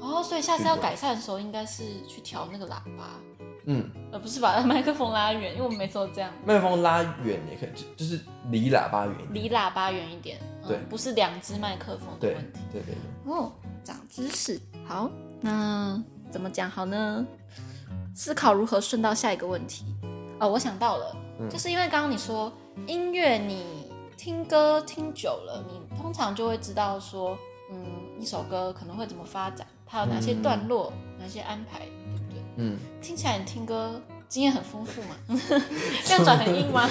[SPEAKER 1] 哦，所以下次要改善的时候，应该是去调那个喇叭，
[SPEAKER 3] 嗯，
[SPEAKER 1] 而不是把麦克风拉远，因为我们每次都这样，
[SPEAKER 3] 麦克风拉远也可以，就就是离喇叭远一点。
[SPEAKER 1] 离喇叭远一点。嗯
[SPEAKER 3] 对
[SPEAKER 1] 不是两只麦克风的
[SPEAKER 3] 对
[SPEAKER 1] 问题。
[SPEAKER 3] 对对对。
[SPEAKER 1] 哦，长知识。好，那怎么讲好呢？思考如何顺到下一个问题。哦，我想到了，
[SPEAKER 3] 嗯
[SPEAKER 1] 就是因为刚刚你说音乐，你听歌听久了，你通常就会知道说，嗯，一首歌可能会怎么发展，它有哪些段落，哪些安排，对不对？
[SPEAKER 3] 嗯，
[SPEAKER 1] 听起来你听歌经验很丰富嘛， 这样转很硬吗？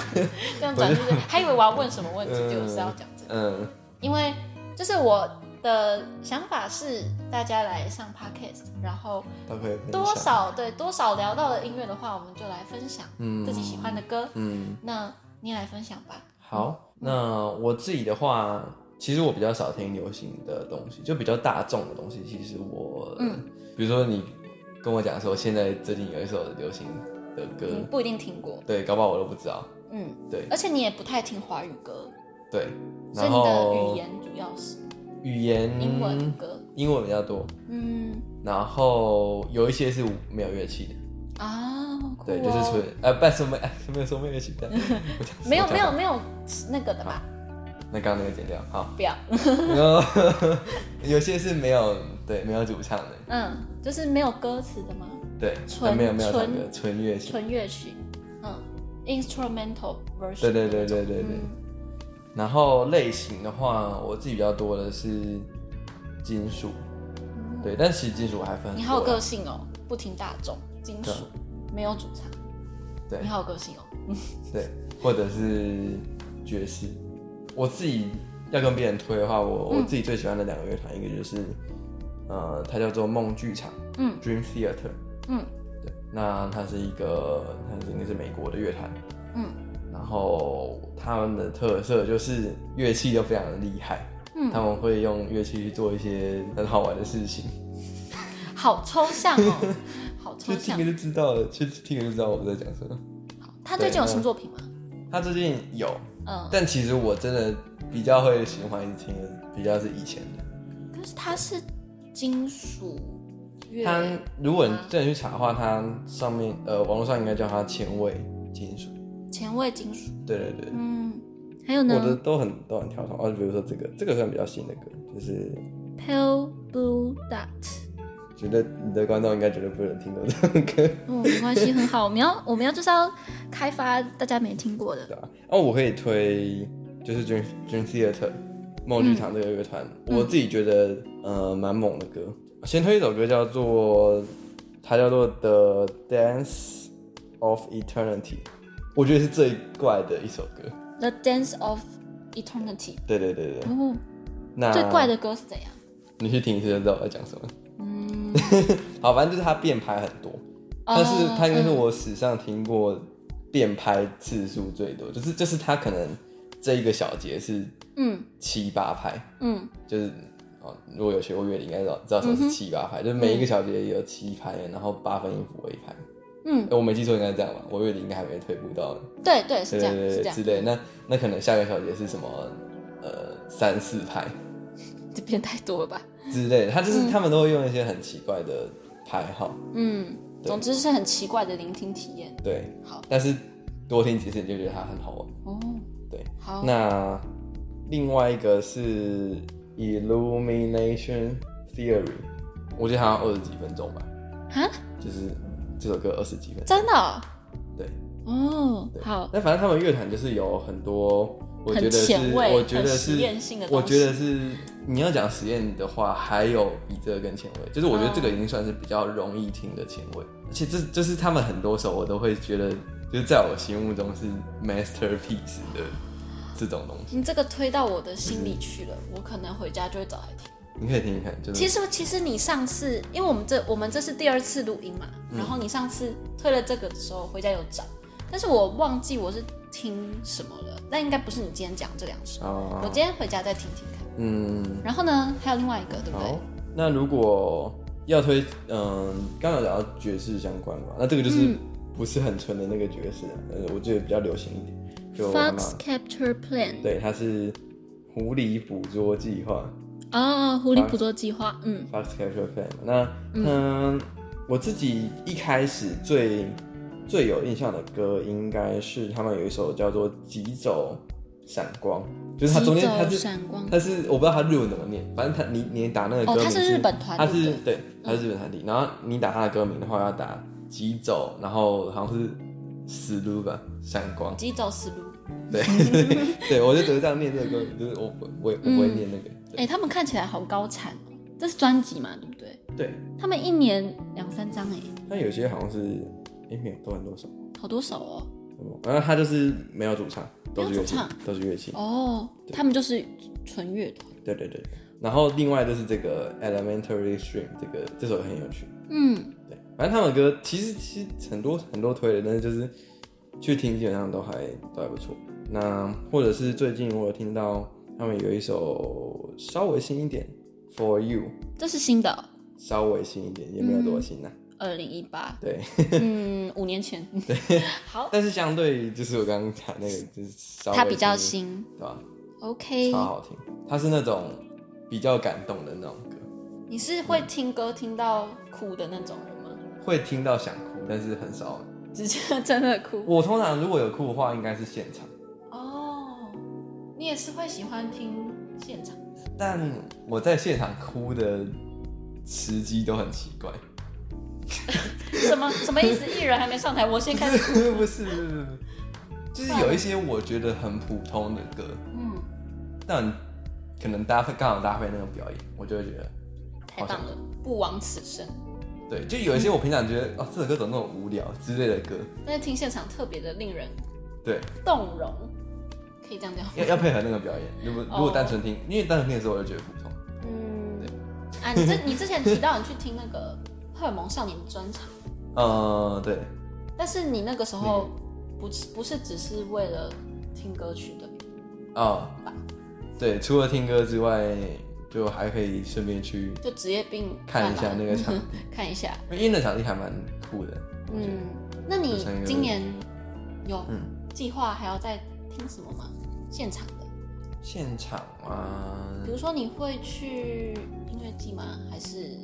[SPEAKER 1] 这样转就是还以为我要问什么问题，
[SPEAKER 3] 嗯
[SPEAKER 1] 就是要讲这个。
[SPEAKER 3] 嗯，
[SPEAKER 1] 因为就是我的想法是，大家来上 podcast，然后
[SPEAKER 3] 都可以分享
[SPEAKER 1] 多？少对多少聊到了音乐的话，我们就来分享
[SPEAKER 3] 嗯
[SPEAKER 1] 自己喜欢的歌。
[SPEAKER 3] 嗯，
[SPEAKER 1] 那你也来分享吧。
[SPEAKER 3] 好。
[SPEAKER 1] 嗯
[SPEAKER 3] 那我自己的话，其实我比较少听流行的东西，就比较大众的东西。其实我，
[SPEAKER 1] 嗯，
[SPEAKER 3] 比如说你跟我讲说，现在最近有一首流行的歌，
[SPEAKER 1] 你不一定听过，
[SPEAKER 3] 对，搞不好我都不知道。
[SPEAKER 1] 嗯，
[SPEAKER 3] 对
[SPEAKER 1] 而且你也不太听华语歌，
[SPEAKER 3] 对，
[SPEAKER 1] 所以
[SPEAKER 3] 然
[SPEAKER 1] 你的
[SPEAKER 3] 后嗯
[SPEAKER 1] 语言主要是
[SPEAKER 3] 语言
[SPEAKER 1] 英文歌。
[SPEAKER 3] 英文比较多，
[SPEAKER 1] 嗯
[SPEAKER 3] 然后有一些是没有乐器的，
[SPEAKER 1] 啊，好酷哦
[SPEAKER 3] 对，就是纯呃，不是没哎没有说没有乐器， 但我讲
[SPEAKER 1] 没有
[SPEAKER 3] 我
[SPEAKER 1] 没
[SPEAKER 3] 讲
[SPEAKER 1] 有
[SPEAKER 3] 反
[SPEAKER 1] 没有那个的吧？
[SPEAKER 3] 那刚刚那个剪掉，好。
[SPEAKER 1] 不要，
[SPEAKER 3] 然后有些是没有对没有主唱的，
[SPEAKER 1] 嗯，就是没有歌词的吗？
[SPEAKER 3] 对，
[SPEAKER 1] 纯
[SPEAKER 3] 但没有没有唱
[SPEAKER 1] 纯
[SPEAKER 3] 歌，纯乐器。
[SPEAKER 1] 纯乐曲，嗯，instrumental version。
[SPEAKER 3] 对对对对对对。
[SPEAKER 1] 嗯
[SPEAKER 3] 然后类型的话，我自己比较多的是金属，对，但其实金属还分很多啦。
[SPEAKER 1] 嗯
[SPEAKER 3] 啊
[SPEAKER 1] 你好有个性哦，不听大众金属
[SPEAKER 3] 对，
[SPEAKER 1] 没有主唱。
[SPEAKER 3] 对
[SPEAKER 1] 你好有个性哦。
[SPEAKER 3] 对，或者是爵士。我自己要跟别人推的话，
[SPEAKER 1] 嗯
[SPEAKER 3] 我我自己最喜欢的两个乐团，一个就是呃，它叫做梦剧场，
[SPEAKER 1] 嗯
[SPEAKER 3] ，Dream Theater，
[SPEAKER 1] 嗯
[SPEAKER 3] 对，那它是一个，它是应该是美国的乐团，
[SPEAKER 1] 嗯
[SPEAKER 3] 然后他们的特色就是乐器都非常的厉害，他
[SPEAKER 1] 嗯，
[SPEAKER 3] 们会用乐器去做一些很好玩的事情，
[SPEAKER 1] 好抽象 哦，好抽
[SPEAKER 3] 去听
[SPEAKER 1] 象
[SPEAKER 3] 歌。就知道了，去听歌就知道我们在讲什么。
[SPEAKER 1] 好他最近有新作品吗？
[SPEAKER 3] 他最近有，
[SPEAKER 1] 嗯，
[SPEAKER 3] 但其实我真的比较会循环一直听的，比较是以前的。
[SPEAKER 1] 但是它是金属乐，
[SPEAKER 3] 它如果你
[SPEAKER 1] 吗
[SPEAKER 3] 真的去查的话，它上面呃网络上应该叫它前卫金属。
[SPEAKER 1] 前卫金属。
[SPEAKER 3] 对对对，
[SPEAKER 1] 嗯，还有
[SPEAKER 3] 我的
[SPEAKER 1] 呢
[SPEAKER 3] 都很都很跳脱。哦，比如说这个，这个算比较新的歌，就是
[SPEAKER 1] ，Pale Blue Dot。
[SPEAKER 3] 觉得你的观众应该绝对不会有人听过这种歌，
[SPEAKER 1] 嗯，没关系，很好。我们要我们要就是要开发大家没听过的。
[SPEAKER 3] 对吧、哦，我可以推就是 Dream Dream Theater 梦剧场这个乐团，
[SPEAKER 1] 嗯
[SPEAKER 3] 我自己觉得呃蛮猛的歌。先推一首歌叫做它叫做 The Dance of Eternity，我觉得是最怪的一首歌。
[SPEAKER 1] The Dance of Eternity。
[SPEAKER 3] 对对对对，
[SPEAKER 1] 哦，
[SPEAKER 3] 那
[SPEAKER 1] 最怪的歌是怎样？
[SPEAKER 3] 你去听一次就知道我在讲什么。
[SPEAKER 1] 嗯， 哦
[SPEAKER 3] 好，反正就是它变拍很多，但是它应该
[SPEAKER 1] 嗯
[SPEAKER 3] 是我史上听过变拍次数最多，就是就是它可能这一个小节是
[SPEAKER 1] 嗯
[SPEAKER 3] 七八拍，
[SPEAKER 1] 嗯
[SPEAKER 3] 就是哦，如果有学过乐理，应该知道知道什么是七八拍，就是每一个小节有七拍，然后八分音符为一拍。
[SPEAKER 1] 嗯，
[SPEAKER 3] 呃我没记错应该是这样吧？我乐理应该还没退步到，
[SPEAKER 1] 对对是这
[SPEAKER 3] 对对
[SPEAKER 1] 样
[SPEAKER 3] 对
[SPEAKER 1] 是这
[SPEAKER 3] 对
[SPEAKER 1] 样
[SPEAKER 3] 之，类。那那可能下个小节是什么？呃，三四拍
[SPEAKER 1] 这变太多了吧？
[SPEAKER 3] 之类的，他就是他们都会用一些很奇怪的拍号，
[SPEAKER 1] 嗯，
[SPEAKER 3] 对
[SPEAKER 1] 总之是很奇怪的聆听体验。
[SPEAKER 3] 对，
[SPEAKER 1] 好
[SPEAKER 3] 但是多听几次你就觉得它很好玩。
[SPEAKER 1] 哦，
[SPEAKER 3] 对，
[SPEAKER 1] 好，
[SPEAKER 3] 那另外一个是 Illumination Theory，我记得好像二十几分钟吧，
[SPEAKER 1] 啊，
[SPEAKER 3] 就是这首歌二十几分钟。
[SPEAKER 1] 真的哦
[SPEAKER 3] 对，
[SPEAKER 1] 哦，
[SPEAKER 3] 对
[SPEAKER 1] 好，
[SPEAKER 3] 那反正他们乐团就是有很多，我觉得是，
[SPEAKER 1] 很前卫
[SPEAKER 3] 我觉得
[SPEAKER 1] 很
[SPEAKER 3] 是
[SPEAKER 1] 实验性的东
[SPEAKER 3] 我
[SPEAKER 1] 西
[SPEAKER 3] 觉得是你要讲实验的话，还有比这个更前卫，就是我觉
[SPEAKER 1] 嗯
[SPEAKER 3] 得这个已经算是比较容易听的前卫，而且这就是他们很多首我都会觉得，就是在我心目中是 masterpiece 的这种东西，
[SPEAKER 1] 你这个推到我的心里去了，我可能回家就会找来听。
[SPEAKER 3] 你可以听听看，就是
[SPEAKER 1] 其实其实你上次，因为我们这我们这是第二次录音嘛，
[SPEAKER 3] 嗯
[SPEAKER 1] 然后你上次推了这个的时候回家有找，但是我忘记我是听什么了，那应该不是你今天讲这两首，
[SPEAKER 3] 啊
[SPEAKER 1] 我今天回家再听听看。
[SPEAKER 3] 嗯，
[SPEAKER 1] 然后呢，还有另外一个，对不对
[SPEAKER 3] 好？，那如果要推，嗯，刚刚有讲到爵士相关嘛，那这个就是
[SPEAKER 1] 嗯
[SPEAKER 3] 不是很纯的那个爵士、啊，呃，我觉得比较流行一点，就那
[SPEAKER 1] Fox Capture Plan
[SPEAKER 3] 对，它是狐狸捕捉计划
[SPEAKER 1] 哦，狐狸捕捉计划，嗯
[SPEAKER 3] （Fox Capture Plan）。那嗯我自己一开始最最有印象的歌，应该是他们有一首叫做《急走闪光》，就是它中间它
[SPEAKER 1] 急走
[SPEAKER 3] 是
[SPEAKER 1] 闪光
[SPEAKER 3] 它是我不知道它日文怎么念，反正它你你打那个歌
[SPEAKER 1] 哦
[SPEAKER 3] 名
[SPEAKER 1] 它是日本团
[SPEAKER 3] 它
[SPEAKER 1] 对嗯不
[SPEAKER 3] 是对它是日本团体，然后你打它的歌名的话要打“急走”，然后好像是“死路”吧，闪光。
[SPEAKER 1] 急走死路。
[SPEAKER 3] 对对，我就只会这样念这个歌名，就是我我我也我不会念那个。
[SPEAKER 1] 哎、他们看起来好高产哦，这是专辑嘛，对不对？
[SPEAKER 3] 对，
[SPEAKER 1] 他们一年两三张哎，
[SPEAKER 3] 但有些好像是哎、没有多很多首，
[SPEAKER 1] 好多首哦。
[SPEAKER 3] 然后他就是没有主唱，都是
[SPEAKER 1] 没有
[SPEAKER 3] 乐
[SPEAKER 1] 主
[SPEAKER 3] 器
[SPEAKER 1] 唱，
[SPEAKER 3] 都是乐器。
[SPEAKER 1] 哦，他们就是纯乐团。
[SPEAKER 3] 对对对。对然后另外就是这个 Elementary Stream 这个这首很有趣，
[SPEAKER 1] 嗯，
[SPEAKER 3] 对，反正他们的歌其实其实很多很多推的，但是就是去听基本上都还都还不错。那或者是最近我有听到他们有一首稍微新一点 For You，
[SPEAKER 1] 这是新的、
[SPEAKER 3] 稍微新一点也没有多新呐、，
[SPEAKER 1] 二零一 八
[SPEAKER 3] 对。
[SPEAKER 1] 嗯，五年前。对， 好，
[SPEAKER 3] 但是相对于就是我刚刚讲那个，就是稍微
[SPEAKER 1] 它比较，新。
[SPEAKER 3] 对吧？
[SPEAKER 1] OK，
[SPEAKER 3] 超好听，它是那种比较感动的那种歌，
[SPEAKER 1] 你是会听歌听到哭的那种人吗？
[SPEAKER 3] 会听到想哭，但是很少。
[SPEAKER 1] 直接真的哭？
[SPEAKER 3] 我通常如果有哭的话，应该是现场，
[SPEAKER 1] 哦，你也是会喜欢听现场？
[SPEAKER 3] 但我在现场哭的时机都很奇怪。
[SPEAKER 1] 什么什么意思？艺人还没上台，我先开 始。
[SPEAKER 3] 不是不是不是，就是有一些我觉得很普通的歌，
[SPEAKER 1] 嗯，
[SPEAKER 3] 但可能搭配刚好搭配那个表演，我就会觉得
[SPEAKER 1] 太棒了，不枉此生。
[SPEAKER 3] 对，就有一些我平常觉得哦，这首歌怎么那么无聊之类的歌，
[SPEAKER 1] 但是听现场特别的令人
[SPEAKER 3] 对，
[SPEAKER 1] 动容，可以这样讲。
[SPEAKER 3] 要要配合那个表演。如果
[SPEAKER 1] 哦
[SPEAKER 3] 如果单纯听，因为单纯听的时候我就觉得普通，
[SPEAKER 1] 嗯，啊，你这你之前提到你去听那个荷尔蒙少年的专场，
[SPEAKER 3] 呃，对，
[SPEAKER 1] 但是你那个时候不是不是只是为了听歌曲的，
[SPEAKER 3] 哦，对，除了听歌之外，就还可以顺便去
[SPEAKER 1] 就职业病
[SPEAKER 3] 看一下
[SPEAKER 1] 干嘛
[SPEAKER 3] 那个场地，
[SPEAKER 1] 看一下。
[SPEAKER 3] 因为因为那场地还蛮酷的，我觉得
[SPEAKER 1] 嗯，那你
[SPEAKER 3] 就是一个
[SPEAKER 1] 今年有
[SPEAKER 3] 嗯
[SPEAKER 1] 计划还要再听什么吗？现场的
[SPEAKER 3] 现场吗
[SPEAKER 1] 比？如说你会去音乐季吗？还是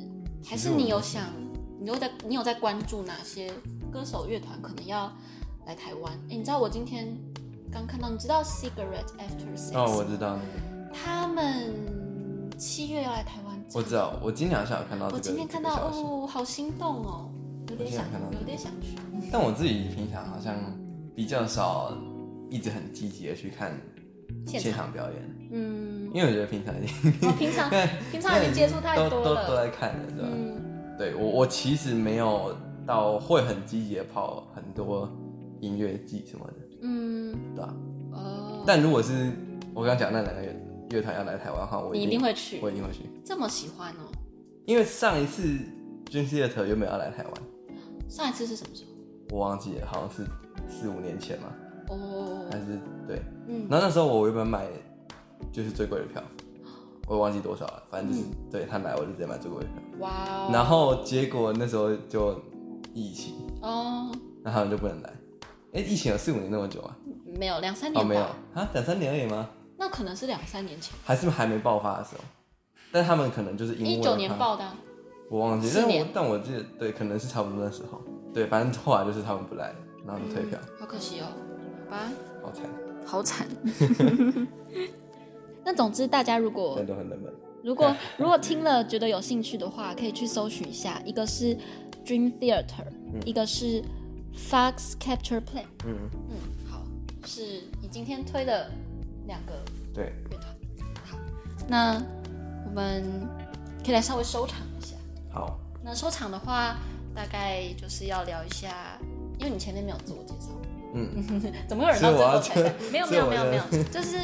[SPEAKER 1] 还
[SPEAKER 3] 实
[SPEAKER 1] 是
[SPEAKER 3] 我
[SPEAKER 1] 你有想，你有在你有在关注哪些歌手乐团可能要来台湾？哎、你知道我今天刚看到，你知道 Cigarette After Sex？
[SPEAKER 3] 哦，我
[SPEAKER 1] 吗
[SPEAKER 3] 知道那个，
[SPEAKER 1] 他们七月要来台湾，
[SPEAKER 3] 我知。道，我今天好像有看到这
[SPEAKER 1] 我
[SPEAKER 3] 个
[SPEAKER 1] 今天看到
[SPEAKER 3] 这个消息
[SPEAKER 1] 哦，好心动哦，有点
[SPEAKER 3] 我今天
[SPEAKER 1] 想
[SPEAKER 3] 有看到，这个
[SPEAKER 1] 有点想 去。
[SPEAKER 3] 但我自己平常好像比较少一直很积极的去看
[SPEAKER 1] 现场
[SPEAKER 3] 现场表演，
[SPEAKER 1] 嗯，
[SPEAKER 3] 因为我觉得平常 已经
[SPEAKER 1] 我平 常平常已经接触太
[SPEAKER 3] 都
[SPEAKER 1] 多
[SPEAKER 3] 都都
[SPEAKER 1] 了。
[SPEAKER 3] 在看了，对吧？
[SPEAKER 1] 嗯，
[SPEAKER 3] 对我我其实没有到会很积极的跑很多音乐季什么的，
[SPEAKER 1] 嗯，
[SPEAKER 3] 对吧？
[SPEAKER 1] 哦，
[SPEAKER 3] 但如果是我刚刚讲那两个乐乐团要来台湾的话，我
[SPEAKER 1] 你一定会去
[SPEAKER 3] 我，一定会去，
[SPEAKER 1] 这么喜欢哦。
[SPEAKER 3] 因为上一次军事乐团原本要来台湾，
[SPEAKER 1] 上一次是什么时候？
[SPEAKER 3] 我忘记了，好像是四五年前嘛，
[SPEAKER 1] 哦，
[SPEAKER 3] 还是对。
[SPEAKER 1] 嗯，
[SPEAKER 3] 然后那时候我原本买就是最贵的票，我忘记多少了，反正就是、对他来我就直接买最贵的票。
[SPEAKER 1] 哇嗯哦，
[SPEAKER 3] 然后结果那时候就疫情，
[SPEAKER 1] 哦，
[SPEAKER 3] 然后他们就不能来。哎，疫情有四五年那么久啊？
[SPEAKER 1] 没有两三
[SPEAKER 3] 哦，
[SPEAKER 1] 年
[SPEAKER 3] 没
[SPEAKER 1] 吧，
[SPEAKER 3] 有啊，两三年而已吗？
[SPEAKER 1] 那可能是两三年前，
[SPEAKER 3] 还是还没爆发的时候？但他们可能就是因为
[SPEAKER 1] 一九年
[SPEAKER 3] 他
[SPEAKER 1] 爆的啊，
[SPEAKER 3] 我忘记，
[SPEAKER 1] 四
[SPEAKER 3] 但是我
[SPEAKER 1] 年
[SPEAKER 3] 但我记得对，可能是差不多那时候。对，反正后来就是他们不来，然后就退票，
[SPEAKER 1] 好可惜哦，好吧，
[SPEAKER 3] 好惨，
[SPEAKER 1] 好 惨。那总之，大家如果
[SPEAKER 3] 但都很冷门。
[SPEAKER 1] 如果如果听了觉得有兴趣的话，可以去搜寻一下，一个是 Dream Theater，、一个是 Fox Capture Play。
[SPEAKER 3] 嗯，
[SPEAKER 1] 嗯，好，是你今天推的两个
[SPEAKER 3] 对，
[SPEAKER 1] 乐团。好，那我们可以来稍微收场一下。
[SPEAKER 3] 好，
[SPEAKER 1] 那收场的话，大概就是要聊一下，因为你前面没有自我介 绍，
[SPEAKER 3] 嗯，
[SPEAKER 1] 怎么会有人到最后才
[SPEAKER 3] 所以我要
[SPEAKER 1] 在？ 没有
[SPEAKER 3] 所
[SPEAKER 1] 没
[SPEAKER 3] 以
[SPEAKER 1] 有
[SPEAKER 3] 我
[SPEAKER 1] 没
[SPEAKER 3] 要
[SPEAKER 1] 有没 有，就是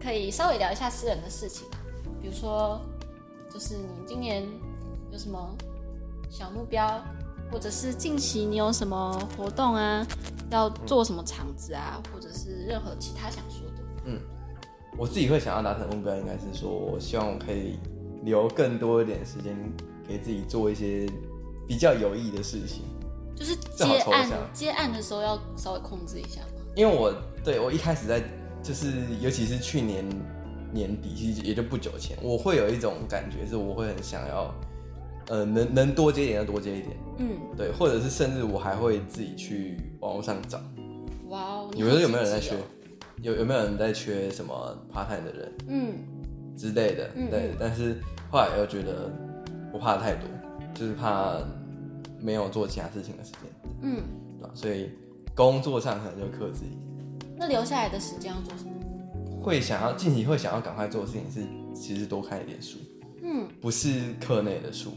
[SPEAKER 1] 可以稍微聊一下私人的事情，啊比如说，就是你今年有什么小目标，或者是近期你有什么活动啊，要做什么场子啊，或者是任何其他想说的。
[SPEAKER 3] 我自己会想要达成的目标，应该是说，我希望我可以留更多一点时间给自己做一些比较有益的事情。
[SPEAKER 1] 就是
[SPEAKER 3] 这好
[SPEAKER 1] 接
[SPEAKER 3] 抽
[SPEAKER 1] 案
[SPEAKER 3] 象
[SPEAKER 1] 接案的时候要稍微控制一下嘛。
[SPEAKER 3] 因为我对我一开始在就是，尤其是去年年底，其实也就不久前，我会有一种感觉，是我会很想要，呃，能能多接一点就多接一点，
[SPEAKER 1] 嗯，
[SPEAKER 3] 对，或者是甚至我还会自己去网络上找，
[SPEAKER 1] 哇哦，
[SPEAKER 3] 你们说有没有人在
[SPEAKER 1] 学
[SPEAKER 3] 缺？？有有没有人在缺什么 part time 的人
[SPEAKER 1] 嗯
[SPEAKER 3] 之类的？
[SPEAKER 1] 嗯
[SPEAKER 3] 对
[SPEAKER 1] 嗯，
[SPEAKER 3] 但是后来又觉得我怕太多，就是怕没有做其他事情的时间，
[SPEAKER 1] 嗯，
[SPEAKER 3] 对吧？所以工作上可能就克制一点。
[SPEAKER 1] 那留下来的时间要做什么？
[SPEAKER 3] 会想要近期会想要赶快做的事情是，其实多看一点书，
[SPEAKER 1] 嗯，
[SPEAKER 3] 不是课内的书，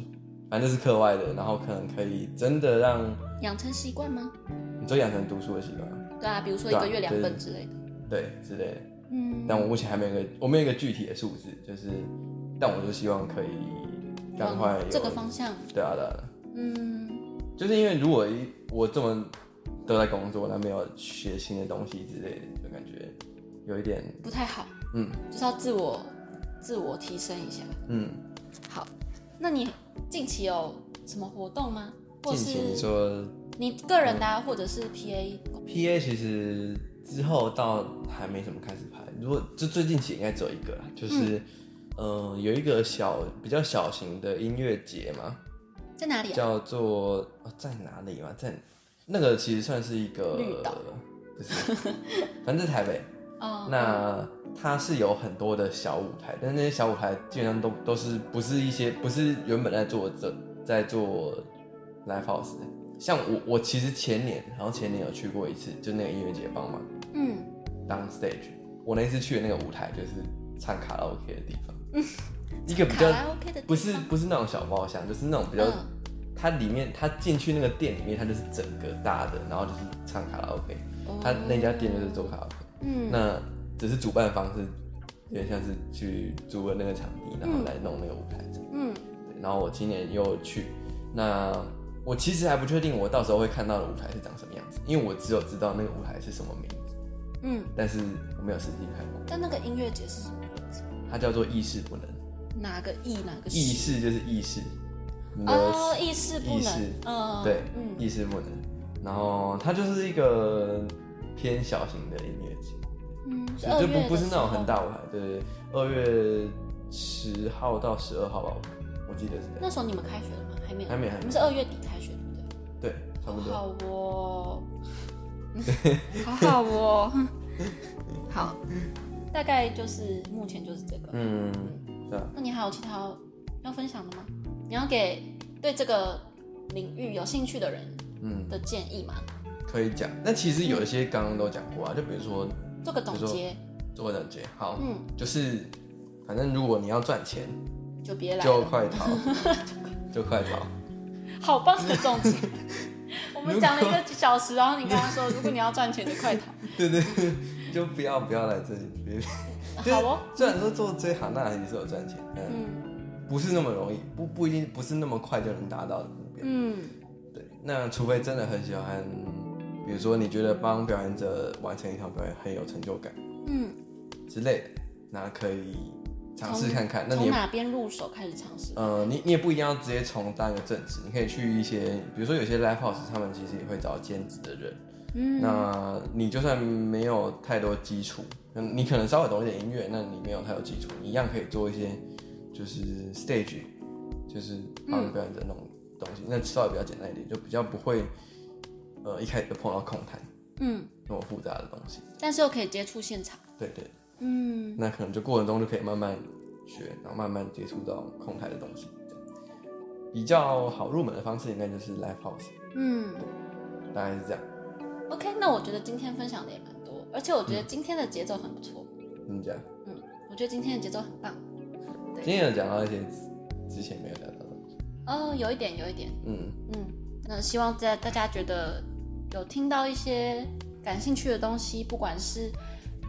[SPEAKER 3] 反正就是课外的，然后可能可以真的让
[SPEAKER 1] 养成习惯吗？
[SPEAKER 3] 你就养成读书的习惯吗，
[SPEAKER 1] 对啊，比如说一个月
[SPEAKER 3] 对啊
[SPEAKER 1] 两
[SPEAKER 3] 对
[SPEAKER 1] 本之类的。
[SPEAKER 3] 对之类的。
[SPEAKER 1] 嗯，
[SPEAKER 3] 但我目前还没有一个，我没有一个具体的数字，就是，但我就希望可以赶
[SPEAKER 1] 嗯往
[SPEAKER 3] 快有
[SPEAKER 1] 这个方向，
[SPEAKER 3] 对啊对啊，对啊
[SPEAKER 1] 嗯
[SPEAKER 3] 就是因为如果一我这么都在工作，那没有学新的东西之类的，就感觉有一点，
[SPEAKER 1] 不太好，
[SPEAKER 3] 嗯
[SPEAKER 1] 就是要自我自我提升一下。
[SPEAKER 3] 嗯，
[SPEAKER 1] 好，那你近期有什么活动吗？或
[SPEAKER 3] 近期你
[SPEAKER 1] 是
[SPEAKER 3] 说
[SPEAKER 1] 你个人的、啊，或者是 PA？
[SPEAKER 3] P A 其实之后到还没什么开始拍，如果就最近期应该只有一个啦，就是嗯、呃有一个小比较小型的音乐节嘛，
[SPEAKER 1] 在哪里啊？
[SPEAKER 3] 叫做、哦、在哪里嘛，在那个其实算是一个
[SPEAKER 1] 绿岛
[SPEAKER 3] 不是，反正在台北。
[SPEAKER 1] 哦，
[SPEAKER 3] 那它是有很多的小舞台，但是那些小舞台基本上都都是不是一些不是原本在做这在做 live house 的。像我我其实前年好像前年有去过一次，就那个音乐节帮忙
[SPEAKER 1] 嗯，
[SPEAKER 3] 当 stage。我那一次去的那个舞台就是唱卡拉 OK 的地 方，一个比较
[SPEAKER 1] 卡拉 OK 的地方
[SPEAKER 3] 不是不是那种小包厢，就是那种比较
[SPEAKER 1] 嗯
[SPEAKER 3] 它里面，它进去那个店里面，它就是整个大的，然后就是唱卡拉 OK，
[SPEAKER 1] 哦
[SPEAKER 3] 它那家店就是做卡拉 OK，、
[SPEAKER 1] 嗯
[SPEAKER 3] 那只是主办方是有点像是去租了那个场地，然后来弄那个舞台这样、
[SPEAKER 1] 嗯
[SPEAKER 3] 对然后我今年又去，那我其实还不确定我到时候会看到的舞台是长什么样子，因为我只有知道那个舞台是什么名字，
[SPEAKER 1] 嗯，
[SPEAKER 3] 但是我没有实际看过。
[SPEAKER 1] 但那个音乐节是什么名字？
[SPEAKER 3] 它叫做意识不能，
[SPEAKER 1] 哪个意哪个
[SPEAKER 3] 意
[SPEAKER 1] 识？
[SPEAKER 3] 识就是意识，你的
[SPEAKER 1] 哦，意识不能
[SPEAKER 3] 意识，
[SPEAKER 1] 嗯，
[SPEAKER 3] 对，
[SPEAKER 1] 嗯
[SPEAKER 3] 意识不能。然后它就是一偏小型的音乐节，
[SPEAKER 1] 嗯，
[SPEAKER 3] 所
[SPEAKER 1] 二
[SPEAKER 3] 以就
[SPEAKER 1] 月
[SPEAKER 3] 不
[SPEAKER 1] 的
[SPEAKER 3] 不是那种
[SPEAKER 1] 时候
[SPEAKER 3] 很大舞台，对对对，二月十号到十二号吧，我记得是这样，
[SPEAKER 1] 那时候你们开学了吗？还没有，
[SPEAKER 3] 还没还没
[SPEAKER 1] 你们是二月底开学，对不对？
[SPEAKER 3] 对，差不
[SPEAKER 1] 好
[SPEAKER 3] 多。
[SPEAKER 1] 哦， 好好哦，好，大概就是目前就是这个。
[SPEAKER 3] 嗯，对啊，
[SPEAKER 1] 那你还有其他要分享的吗？你要给对这个领域有兴趣的人
[SPEAKER 3] 嗯，
[SPEAKER 1] 的建议吗？
[SPEAKER 3] 可以讲。那其实有一些刚刚都讲过啊，就比如说
[SPEAKER 1] 做个总
[SPEAKER 3] 你说
[SPEAKER 1] 结，
[SPEAKER 3] 做总结，好，
[SPEAKER 1] 嗯，
[SPEAKER 3] 就是反正如果你要赚钱，
[SPEAKER 1] 就别来
[SPEAKER 3] 就
[SPEAKER 1] 了，
[SPEAKER 3] 快 逃，就快逃。
[SPEAKER 1] 好棒的总 结。我
[SPEAKER 3] 如
[SPEAKER 1] 们
[SPEAKER 3] 果
[SPEAKER 1] 讲了一个小时，然后你刚刚说，如果你要赚钱就快 逃，
[SPEAKER 3] 对对，对就不要不要来这里。别就是
[SPEAKER 1] 好哦，
[SPEAKER 3] 虽然说做这一行那还是有赚钱，嗯，
[SPEAKER 1] 嗯
[SPEAKER 3] 不是那么容易，不不一定不是那么快就能达到的目标。
[SPEAKER 1] 嗯
[SPEAKER 3] 对，那除非真的很喜欢，比如说你觉得帮表演者完成一场表演很有成就感
[SPEAKER 1] 嗯，
[SPEAKER 3] 之类的，那可以尝试看看。那你
[SPEAKER 1] 从
[SPEAKER 3] 也
[SPEAKER 1] 哪边入手开始尝试？
[SPEAKER 3] 呃，你你也不一定要直接从当一个正职，你可以去一些，比如说有些 live house，他们其实也会找兼职的人。
[SPEAKER 1] 嗯
[SPEAKER 3] 那你就算没有太多基础，嗯，你可能稍微懂一点音乐，那你没有太多基础，你一样可以做一些就是 stage，就是帮表演者弄东西，那稍微比较简单一点，就比较不会呃一开始就碰到空台
[SPEAKER 1] 嗯。
[SPEAKER 3] 那么复杂的东西。
[SPEAKER 1] 但是又可以接触现场。
[SPEAKER 3] 对对，
[SPEAKER 1] 嗯，
[SPEAKER 3] 那可能就过程中就可以慢慢学，然后慢慢接触到空台的东西。这样比较好入门的方式应该就是 live house，
[SPEAKER 1] 嗯
[SPEAKER 3] 大概是这样。
[SPEAKER 1] ，OK，那我觉得今天分享的也蛮多，而且我
[SPEAKER 3] 嗯
[SPEAKER 1] 觉得今天的节奏很不错，
[SPEAKER 3] 你讲，
[SPEAKER 1] 我觉得今天的节奏很棒。对
[SPEAKER 3] 今天有讲到一些之前没有聊到的东西，
[SPEAKER 1] 哦，有一点，有一点，
[SPEAKER 3] 嗯。
[SPEAKER 1] 嗯，那希望在大家觉得有听到一些感兴趣的东西，不管是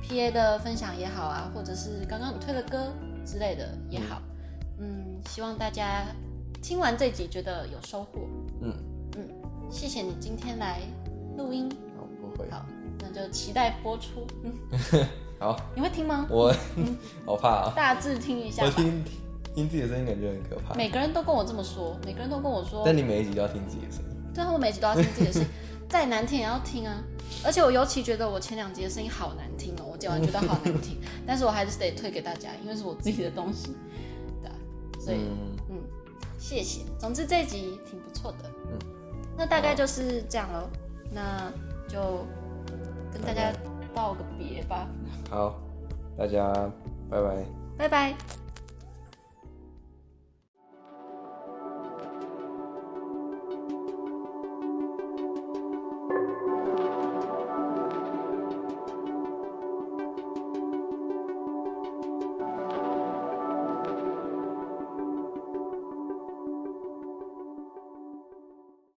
[SPEAKER 1] PA 的分享也好啊，或者是刚刚你推的歌之类的也好，嗯，希望大家听完这集觉得有收获。
[SPEAKER 3] 嗯，
[SPEAKER 1] 谢谢你今天来录音，
[SPEAKER 3] 好，啊不会。
[SPEAKER 1] 好，那就期待播出。嗯，
[SPEAKER 3] 好，
[SPEAKER 1] 你会听吗？
[SPEAKER 3] 我 好怕啊、
[SPEAKER 1] 大致听一下
[SPEAKER 3] 我
[SPEAKER 1] 吧。
[SPEAKER 3] 听听自己的声音感觉很可怕。
[SPEAKER 1] 每个人都跟我这么说，每个人都跟我说，
[SPEAKER 3] 但你每一集都要听自己的声音，
[SPEAKER 1] 对啊，我每集都要听自己的声音，再难听也要听啊。而且我尤其觉得我前两集的声音好难听哦，我剪完觉得好 难听，但是我还是得推给大家，因为是我自己的东西，对啊、所以
[SPEAKER 3] 嗯，
[SPEAKER 1] 嗯，谢谢。总之这一集挺不错的，
[SPEAKER 3] 嗯
[SPEAKER 1] 那大概就是这样喽。那就跟大家道个别吧，
[SPEAKER 3] 好，大家拜拜。
[SPEAKER 1] 拜拜。